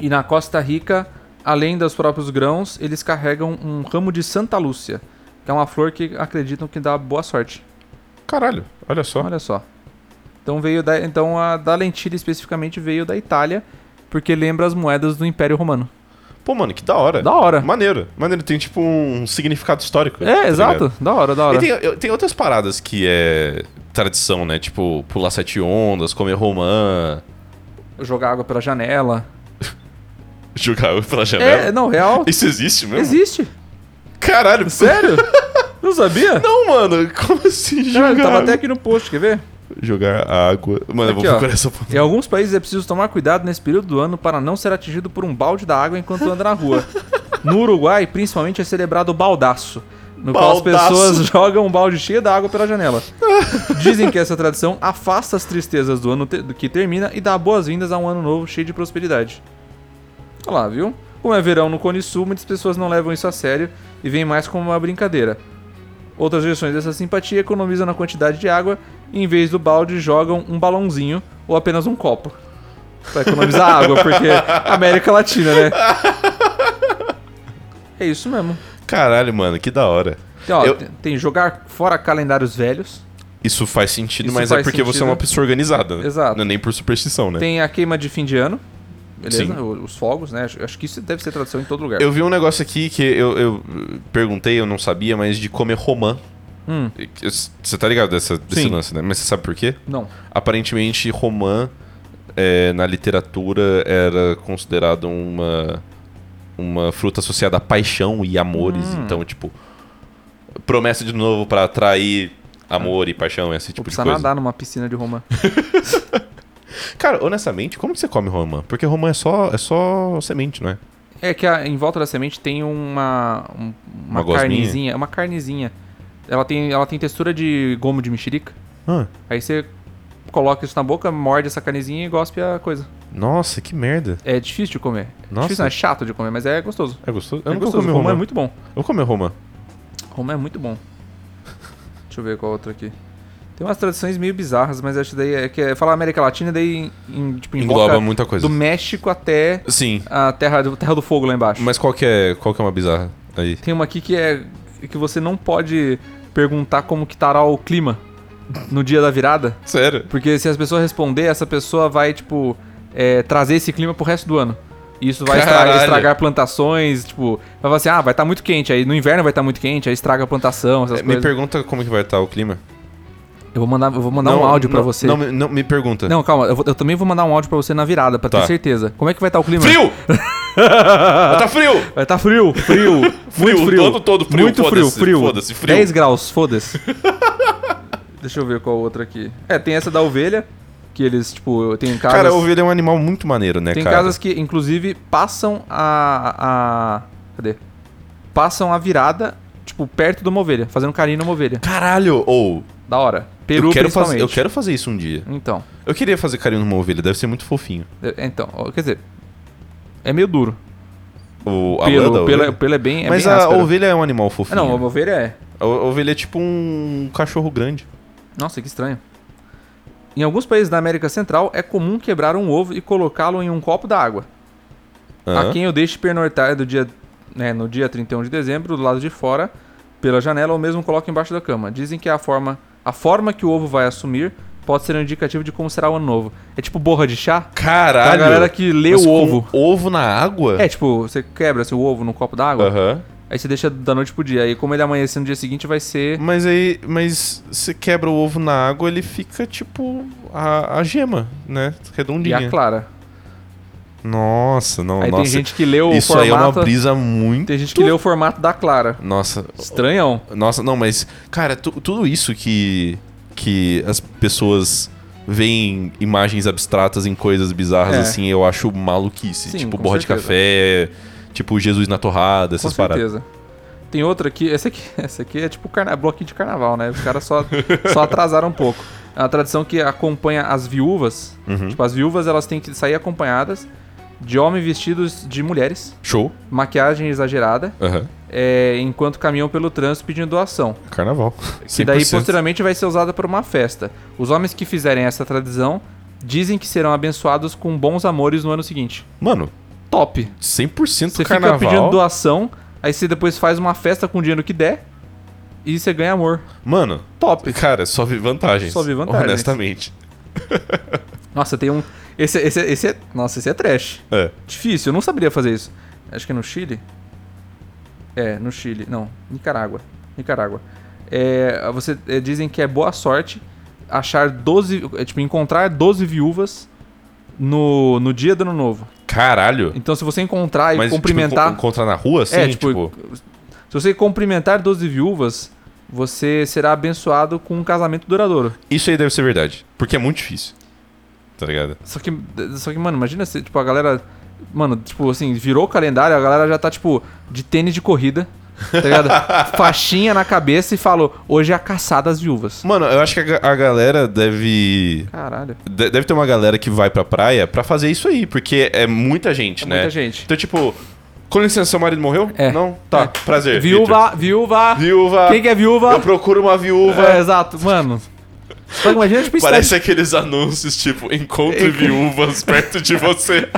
S1: E na Costa Rica, além dos próprios grãos, eles carregam um ramo de Santa Lúcia, que é uma flor que acreditam que dá boa sorte.
S2: Caralho, olha só.
S1: Olha só. Então veio da, então a da lentilha especificamente veio da Itália, porque lembra as moedas do Império Romano.
S2: Pô, mano, que da hora.
S1: Da hora.
S2: Maneiro. Maneiro, tem tipo um significado histórico. tá
S1: É, exato.
S2: ligado?
S1: Da hora, da
S2: E
S1: hora.
S2: tem, eu- tem outras paradas que é tradição, né? Tipo, pular sete ondas, comer romã,
S1: Jogar água pela janela.
S2: jogar [LAUGHS] pela janela.
S1: É, não,
S2: [LAUGHS]
S1: real.
S2: Isso existe mesmo?
S1: Existe. é?
S2: Caralho, [LAUGHS]
S1: Sério? Não sabia?
S2: Não, mano, como assim
S1: Caralho,
S2: jogar?
S1: tava até aqui no post, quer ver?
S2: Jogar a água. Mano, eu vou
S1: Aqui, ó.
S2: procurar essa porra.
S1: Em alguns países é preciso tomar cuidado nesse período do ano para não ser atingido por um balde da água enquanto anda na rua. No Uruguai, principalmente, é celebrado o baldaço, no qual as
S2: Baldaço.
S1: pessoas [LAUGHS] jogam um balde cheio da água pela janela. Dizem que essa tradição afasta as tristezas do ano te- do que termina e dá boas-vindas a um ano novo cheio de prosperidade. Olha lá, viu? Como é verão no Cone Sul, muitas pessoas não levam isso a sério e veem mais como uma brincadeira. Outras versões dessa simpatia economizam na quantidade de água e, em vez do balde, jogam um balãozinho ou apenas um copo. Pra economizar
S2: [LAUGHS]
S1: água, porque América Latina, né? É isso mesmo.
S2: Caralho, mano, que da hora.
S1: Tem, ó,
S2: Eu-
S1: tem- tem jogar fora calendários velhos.
S2: Isso faz sentido,
S1: Isso
S2: mas é
S1: faz
S2: porque você é
S1: sentido.
S2: uma pessoa organizada, né?
S1: Exato.
S2: Não é nem por superstição, né?
S1: Tem a queima de fim de ano. Beleza?
S2: Sim.
S1: O- Os fogos, né? Acho acho que isso deve ser tradição em todo lugar.
S2: Eu vi um negócio aqui que eu, eu perguntei, eu não sabia, mas de comer romã.
S1: Hum.
S2: Você tá ligado dessa, desse
S1: Sim.
S2: lance, né? Mas você sabe por quê?
S1: Não.
S2: Aparentemente, romã é, na literatura era considerado uma, uma fruta associada a paixão e amores.
S1: Hum.
S2: Então, tipo, promessa de novo pra atrair amor e paixão, esse
S1: Vou
S2: tipo de
S1: precisar
S2: coisa.
S1: nadar numa piscina de Roma.
S2: Cara, honestamente, como que você come romã? Porque romã é só, é só semente, não é?
S1: É que a- em volta da semente tem uma. um- uma,
S2: Uma gosminha?
S1: carnezinha. é Uma carnezinha. Ela tem, ela tem textura de gomo de mexerica.
S2: Ah,
S1: Aí você coloca isso na boca, morde essa carnezinha e gospe a coisa.
S2: nossa, que merda.
S1: É difícil de comer.
S2: Nossa.
S1: É difícil, não, é chato de comer, mas é gostoso.
S2: É gostoso?
S1: é
S2: Eu não vou
S1: gostoso.
S2: comer
S1: Romã
S2: romã.
S1: é muito bom.
S2: Eu vou comer romã.
S1: Romã é muito bom. [LAUGHS] Deixa eu ver qual outra aqui. Tem umas tradições meio bizarras, mas acho que daí é que é falar América Latina, daí em, em, tipo,
S2: Engloba
S1: invoca
S2: muita
S1: do
S2: coisa.
S1: México até
S2: Sim,
S1: a terra do, terra do Fogo lá embaixo.
S2: mas qual que, é, qual que é uma bizarra aí?
S1: Tem uma aqui que é que você não pode perguntar como que estará o clima no dia da virada,
S2: Sério?
S1: porque se as pessoas responder, essa pessoa vai tipo é, trazer esse clima pro resto do ano. E isso vai estra-
S2: Caralho.
S1: estragar, plantações, tipo, vai falar assim, ah, vai estar muito quente, aí no inverno vai estar muito quente, aí estraga a plantação, essas
S2: É, me
S1: coisas.
S2: pergunta como que vai estar o clima.
S1: Eu vou mandar, eu vou mandar um áudio pra
S2: não,
S1: você.
S2: Não,
S1: Não,
S2: me- não, me pergunta.
S1: calma, eu, vou- eu também vou mandar um áudio pra você na virada, pra
S2: Tá.
S1: ter certeza. Como é que vai estar o clima?
S2: Frio! [LAUGHS] tá frio!
S1: Vai estar frio, frio, muito
S2: [LAUGHS] Frio,
S1: frio.
S2: todo- todo frio,
S1: Muito frio,
S2: foda-se,
S1: frio.
S2: foda-se, frio.
S1: 10 graus, foda-se. [LAUGHS] Deixa eu ver qual outra aqui. É, tem essa da ovelha, que eles, tipo, tem casas...
S2: Cara, a ovelha é um animal muito maneiro, né,
S1: Tem
S2: cara?
S1: casas que, inclusive, passam a, a... Cadê? Passam a virada, tipo, perto de uma ovelha, fazendo carinho numa ovelha.
S2: Caralho! Ou.
S1: Da hora. Peru,
S2: eu, quero
S1: principalmente.
S2: fazer, eu quero fazer isso um dia.
S1: Então,
S2: Eu queria fazer carinho numa ovelha, deve ser muito fofinho.
S1: é- então, ó, quer dizer... É meio duro.
S2: O, a lã da
S1: Pelo, pelo,
S2: ovelha.
S1: é- pelo é bem, é
S2: Mas
S1: bem
S2: a
S1: áspero.
S2: ovelha é um animal
S1: Ah,
S2: fofinho.
S1: Não, a ovelha é...
S2: A ovelha é tipo um cachorro grande.
S1: Nossa, que estranho. Em alguns países da América Central é comum quebrar um ovo e colocá-lo em um copo d'água.
S2: Aham.
S1: A quem eu deixe pernoitar do dia, né, no dia 31 de dezembro, do lado de fora, pela janela ou mesmo coloca embaixo da cama. Dizem que a forma, a forma que o ovo vai assumir pode ser um indicativo de como será o ano novo. É tipo borra de chá?
S2: Caralho!
S1: Da galera que lê
S2: Mas
S1: o
S2: com
S1: ovo.
S2: Ovo na água?
S1: É, tipo, você quebra assim, o ovo no copo d'água,
S2: Aham.
S1: aí você deixa da noite pro dia. Aí como ele amanhecer no dia seguinte vai ser...
S2: Mas aí, mas se quebra o ovo na água, ele fica tipo a, a gema, né?
S1: E
S2: Redondinha.
S1: a clara.
S2: Nossa, não,
S1: Aí
S2: nossa.
S1: tem gente que lê o
S2: Isso
S1: formato...
S2: aí é uma brisa muito.
S1: Tem gente que lê o formato da clara.
S2: Nossa,
S1: Estranhão.
S2: nossa, não, mas cara, tu- tudo isso que que as pessoas veem imagens abstratas em coisas bizarras
S1: É.
S2: assim, eu acho maluquice,
S1: Sim,
S2: tipo
S1: com
S2: borra de
S1: certeza.
S2: café, tipo Jesus na torrada,
S1: Com
S2: essas paradas.
S1: certeza. Tem outra aqui, essa aqui, [LAUGHS] essa aqui é tipo carna... bloquinho de carnaval, né? Os caras só, só atrasaram um pouco. É uma tradição que acompanha as viúvas.
S2: Uhum.
S1: Tipo, as viúvas elas têm que sair acompanhadas de homens vestidos de mulheres,
S2: Show.
S1: maquiagem exagerada
S2: Aham.
S1: é, enquanto caminham pelo trânsito pedindo doação.
S2: Carnaval.
S1: Que daí posteriormente vai ser usada para uma festa. Os homens que fizerem essa tradição dizem que serão abençoados com bons amores no ano seguinte.
S2: Mano,
S1: Top!
S2: 100%
S1: Você fica
S2: carnaval.
S1: pedindo doação, aí você depois faz uma festa com o dinheiro que der e você ganha amor.
S2: Mano,
S1: Top!
S2: cara, só vi vantagens.
S1: Só vi vantagens.
S2: Honestamente.
S1: Nossa, tem um. Esse, esse, esse é. Nossa, esse é trash.
S2: É.
S1: Difícil, eu não saberia fazer isso. Acho que é no Chile? É, no Chile. Não, Nicarágua. Nicarágua. É, você, é, dizem que é boa sorte achar 12. é, tipo, encontrar 12 viúvas no, no dia do ano novo.
S2: Caralho.
S1: Então, se você encontrar e
S2: Mas,
S1: cumprimentar.
S2: Tipo, encon- encontrar na rua, assim?
S1: é, tipo, Se você cumprimentar 12 viúvas, você será abençoado com um casamento duradouro.
S2: Isso aí deve ser verdade. Porque é muito difícil. Tá ligado?
S1: Só que, só que mano, imagina se, tipo, a galera. Mano, tipo assim, virou o calendário, a galera já tá, tipo, de tênis de corrida, tá
S2: [LAUGHS]
S1: ligado? Faixinha na cabeça e falou: hoje é a caçada às viúvas.
S2: Mano, eu acho que a, ga- a galera deve.
S1: Caralho.
S2: de- Deve ter uma galera que vai pra praia pra fazer isso aí, porque é muita gente,
S1: É
S2: né?
S1: muita gente.
S2: Então, tipo, com licença, seu marido morreu?
S1: É.
S2: Não? Tá,
S1: É.
S2: prazer.
S1: Viúva, viúva!
S2: Vitor. Viúva.
S1: Quem que é viúva?
S2: Eu procuro uma viúva.
S1: É, exato, mano. Só que imagina, tipo,
S2: Parece aqueles anúncios tipo: encontre viúvas perto de você.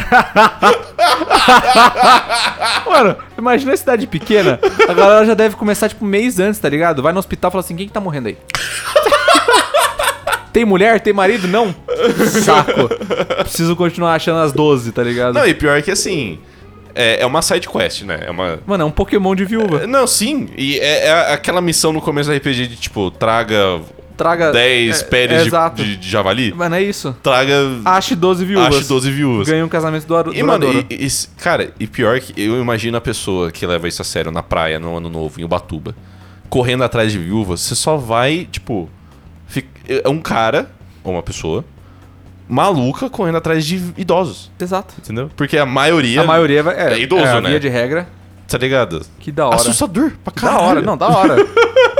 S1: Mano, imagina a cidade pequena, a galera já deve começar, tipo, um mês antes, tá ligado? Vai no hospital e fala assim, quem que tá morrendo aí? Tem mulher? Tem marido? Não? Saco. Preciso continuar achando as 12, tá ligado?
S2: [LAUGHS] Não, e pior que assim, é, é uma side quest, né? É uma.
S1: Mano, é um Pokémon de viúva.
S2: Não, sim. E é, é aquela missão no começo da RPG de tipo, traga
S1: Traga...
S2: 10
S1: é,
S2: peles
S1: é
S2: de-
S1: Exato.
S2: de, de javali.
S1: Mano, é isso.
S2: Traga.
S1: Ache 12 viúvas.
S2: Ache 12 viúvas.
S1: Ganha um casamento do
S2: E, mano, e- e- e- cara, e pior que eu imagino a pessoa que leva isso a sério na praia, no ano novo, em Ubatuba, correndo atrás de viúvas, você só vai, tipo. fica- é um cara, ou uma pessoa, maluca correndo atrás de idosos,
S1: Exato.
S2: entendeu? Porque a maioria.
S1: A maioria vai- é,
S2: é idoso,
S1: é, a
S2: né?
S1: via de regra.
S2: Tá ligado?
S1: Que da hora.
S2: Assustador
S1: Da
S2: pra caralho.
S1: hora, não, da hora.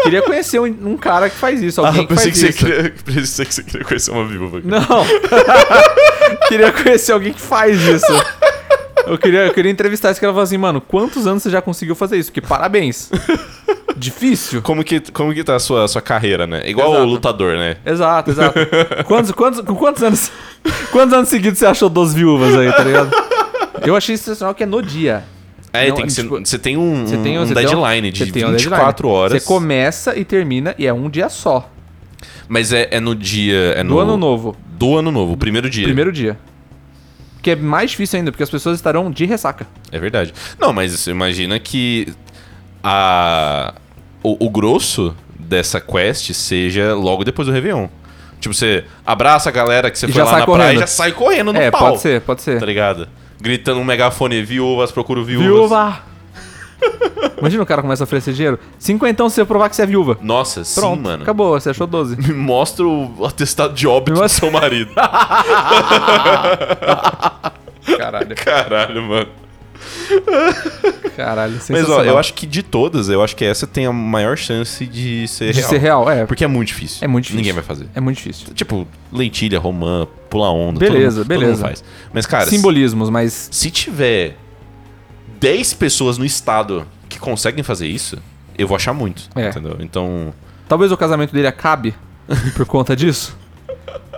S1: Queria conhecer um, um cara que faz isso,
S2: Ah,
S1: alguém
S2: eu
S1: que faz
S2: pensei que,
S1: isso.
S2: você queria, [LAUGHS] pensei que você queria conhecer uma viúva. cara.
S1: Não. [LAUGHS] queria conhecer alguém que faz isso. Eu queria, eu queria entrevistar esse cara e falar assim, mano, quantos anos você já conseguiu fazer isso? Porque parabéns. Difícil.
S2: Como que, como que tá a sua, a sua carreira, né? Igual o
S1: Exato.
S2: lutador, né?
S1: Exato, exato. Quantos, quantos, com quantos anos? Quantos anos seguidos você achou 12 viúvas aí, tá ligado? Eu achei sensacional que é no dia.
S2: É,
S1: Não,
S2: tem que ser-
S1: tipo,
S2: você tem um,
S1: Você tem
S2: um
S1: você tem
S2: deadline de
S1: você tem um
S2: 24
S1: deadline.
S2: horas.
S1: Você começa e termina e é um dia só.
S2: Mas é, é no dia. É
S1: Do
S2: no,
S1: ano novo.
S2: Do ano novo, o primeiro dia.
S1: Primeiro dia. Que é mais difícil ainda, porque as pessoas estarão de ressaca.
S2: É verdade. Não, mas você imagina que a. O, o grosso dessa quest seja logo depois do Réveillon. Tipo, você abraça a galera que você
S1: E
S2: foi
S1: já
S2: lá
S1: sai
S2: na praia
S1: correndo.
S2: e já sai correndo no
S1: é,
S2: pau.
S1: pode ser, pode ser.
S2: Tá ligado? Gritando um megafone, viúvas, procuro viúvas.
S1: Viúva! [LAUGHS] Imagina o cara começa a oferecer dinheiro. Cinquentão se você provar que você é viúva.
S2: Nossa,
S1: Pronto,
S2: sim, mano.
S1: acabou, você achou 12.
S2: Me mostra o atestado de óbito
S1: Me
S2: do
S1: mostra-
S2: seu
S1: [LAUGHS]
S2: marido.
S1: Caralho,
S2: Caralho, mano.
S1: caralho.
S2: Mas ó, eu acho que de todas, eu acho que essa tem a maior chance de ser
S1: que de
S2: real.
S1: ser real, é.
S2: Porque é muito difícil.
S1: É muito difícil.
S2: Ninguém vai fazer.
S1: É muito difícil.
S2: Tipo, lentilha, romã, pula onda.
S1: Beleza,
S2: todo mundo,
S1: beleza.
S2: Todo mundo faz. Mas, cara,
S1: Simbolismos, mas.
S2: se tiver 10 pessoas no estado que conseguem fazer isso, eu vou achar muito.
S1: É.
S2: Entendeu? Então.
S1: Talvez o casamento dele acabe por conta disso.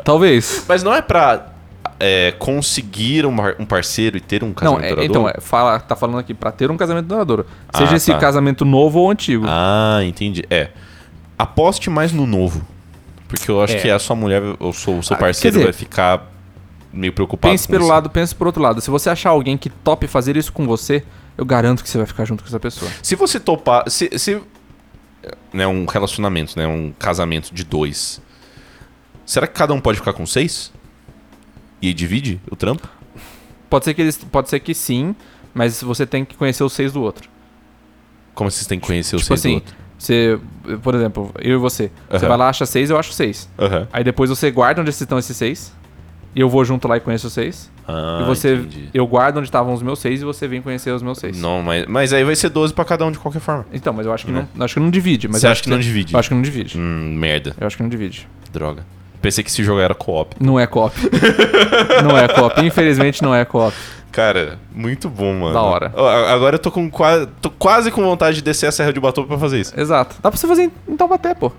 S1: Talvez.
S2: Mas não é pra é, conseguir um, par- um parceiro e ter um
S1: Não,
S2: casamento
S1: é-
S2: duradouro?
S1: então, é, fala, tá falando aqui pra ter um casamento duradouro.
S2: Ah,
S1: Seja esse
S2: tá.
S1: casamento novo ou antigo.
S2: Ah, entendi. É. Aposte mais no novo. Porque eu acho
S1: É.
S2: que a sua mulher ou seu, seu
S1: Ah,
S2: parceiro
S1: quer dizer,
S2: vai ficar meio preocupado
S1: pense
S2: com
S1: pelo
S2: isso.
S1: lado, pense por outro lado. Se você achar alguém que tope fazer isso com você, eu garanto que você vai ficar junto com essa pessoa.
S2: Se você topar. Se, se, né, um relacionamento, né? Um casamento de dois. Será que cada um pode ficar com seis? E aí divide o trampo?
S1: Pode ser que eles, pode ser que sim, mas você tem que conhecer os seis do outro.
S2: Como vocês têm que conhecer
S1: tipo
S2: os seis
S1: assim,
S2: do outro?
S1: você, por exemplo, eu e você, você
S2: Aham.
S1: vai lá acha seis, eu acho seis.
S2: Aham.
S1: Aí depois você guarda onde estão esses seis. E eu vou junto lá e conheço os seis.
S2: Ah,
S1: e você,
S2: entendi.
S1: eu guardo onde estavam os meus seis e você vem conhecer os meus seis.
S2: Não, mas, mas aí vai ser 12 pra cada um de qualquer forma.
S1: Então, mas eu acho que
S2: Né?
S1: não, acho que não divide. Mas
S2: Você
S1: eu
S2: acha que não divide?
S1: Eu acho que não divide.
S2: Hum, merda.
S1: Eu acho que não divide.
S2: Droga.
S1: [LAUGHS]
S2: Pensei que esse jogo era co-op.
S1: Não é cop. não é cop. Infelizmente não é cop.
S2: Cara, muito bom, mano.
S1: Da hora.
S2: Ó, a- Agora eu tô, com qua- tô quase com vontade de descer a Serra de Ubatuba pra fazer isso.
S1: Exato. Dá pra você fazer em em Taubaté, pô.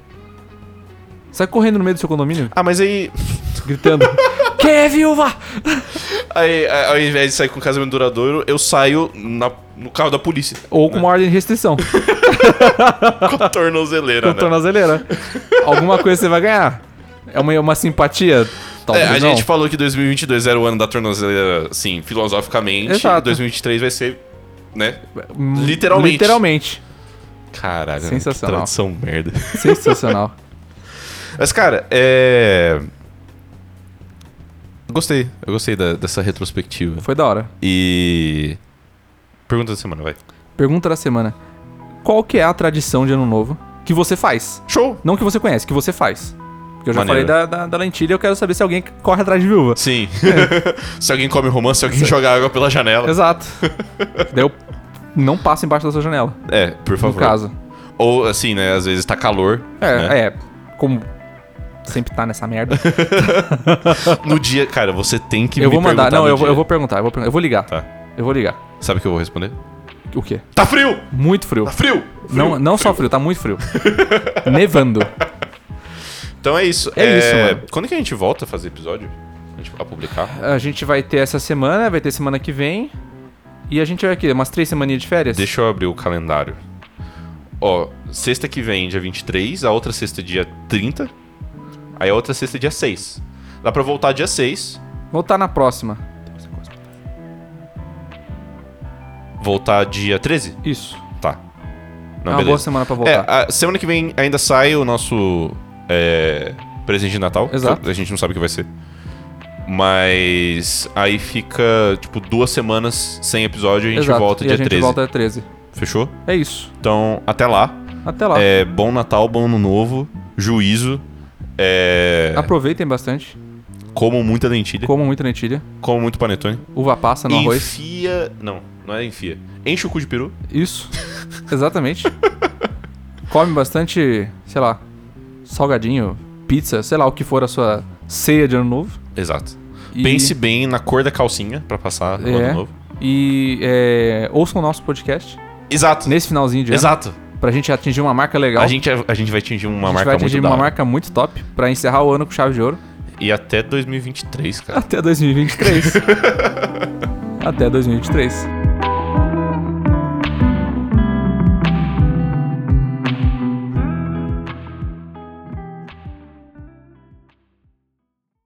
S1: Sai correndo no meio do seu condomínio,
S2: Ah, mas aí, [LAUGHS]
S1: gritando. Quem é viúva?
S2: aí, a- ao invés de sair com casamento duradouro, eu saio na- no carro da polícia.
S1: Ou com uma ordem de
S2: [LAUGHS]
S1: restrição.
S2: Com [LAUGHS] a tornozeleira,
S1: com
S2: Tá, né?
S1: tornozeleira. Alguma coisa você vai ganhar. É uma, uma simpatia?
S2: É,
S1: Talvez
S2: a
S1: não.
S2: gente falou que 2022 era o ano da tornozeleira, assim, filosoficamente.
S1: Exato.
S2: 2023 vai ser, né?
S1: Hum,
S2: literalmente.
S1: Literalmente.
S2: Caralho, né? Que
S1: Sensacional.
S2: tradução merda. [LAUGHS]
S1: Sensacional.
S2: Mas, cara, é. Gostei. Eu gostei da- dessa retrospectiva.
S1: Foi da hora.
S2: E. Pergunta da semana, vai.
S1: Pergunta da semana. Qual que é a tradição de ano novo que você faz?
S2: Show!
S1: Não que você conhece, que você faz. Porque eu já
S2: Maneiro.
S1: falei da, da, da lentilha, eu quero saber se alguém corre atrás de viúva. [LAUGHS]
S2: Sim. [LAUGHS] se alguém come romance, se alguém joga água pela janela. [LAUGHS]
S1: Exato. Daí eu não passo embaixo da sua janela,
S2: É, por
S1: no
S2: favor.
S1: caso.
S2: Ou assim, né? Às vezes tá calor. né?
S1: É, é, como sempre tá nessa
S2: [LAUGHS]
S1: merda.
S2: No dia. Cara, você tem que
S1: eu
S2: me
S1: vou mandar,
S2: perguntar
S1: não,
S2: no
S1: eu, vou-
S2: dia.
S1: eu vou perguntar, eu vou, perguntar, eu vou ligar.
S2: Tá.
S1: Eu vou ligar.
S2: Sabe o que eu vou responder?
S1: O quê?
S2: Tá frio!
S1: Muito frio.
S2: Tá frio!
S1: não não só frio, tá muito
S2: [LAUGHS]
S1: frio. Nevando.
S2: Então é isso.
S1: É isso, mano.
S2: Quando que a gente volta a fazer episódio? A, gente, a publicar?
S1: A gente vai ter essa semana, vai ter semana que vem. E a gente vai aqui, umas três semaninhas de férias?
S2: Deixa eu abrir o calendário. Ó, sexta que vem, dia 23, a outra sexta, dia 30. Aí a outra sexta, dia 6. Dá pra voltar dia 6.
S1: Voltar na próxima.
S2: Voltar dia 13?
S1: Isso.
S2: Tá.
S1: é uma
S2: Não,
S1: boa
S2: beleza.
S1: semana pra
S2: É,
S1: voltar.
S2: a semana que vem ainda sai o nosso é, presente de Natal.
S1: Exato.
S2: Que A gente não sabe o que vai ser. Mas aí fica, tipo, duas semanas sem episódio e a gente
S1: Exato.
S2: volta
S1: e
S2: dia
S1: a gente
S2: 13.
S1: volta dia 13.
S2: Fechou?
S1: É isso.
S2: Então, até lá.
S1: Até lá.
S2: É, bom Natal, bom Ano Novo, juízo. É,
S1: Ah. Aproveitem bastante.
S2: Como muita lentilha,
S1: Comam muita lentilha.
S2: como muito panetone.
S1: Uva passa no arroz.
S2: Enfia. Não, não é enfia. Enche o cu de peru.
S1: Isso. Exatamente.
S2: [LAUGHS]
S1: Come bastante, sei lá, salgadinho, pizza, sei lá o que for a sua ceia de ano novo.
S2: Exato.
S1: E-
S2: Pense bem na cor da calcinha pra passar o
S1: É.
S2: ano novo.
S1: E é, ouçam o nosso podcast
S2: Exato.
S1: nesse finalzinho de ano.
S2: Exato.
S1: Pra gente atingir uma marca legal.
S2: A gente, é, a gente vai atingir uma
S1: A gente
S2: marca
S1: vai atingir
S2: muito
S1: uma
S2: da hora.
S1: marca muito top pra encerrar o ano com chave de ouro.
S2: E até 2023, cara. [LAUGHS]
S1: Até 2023. Até 2023.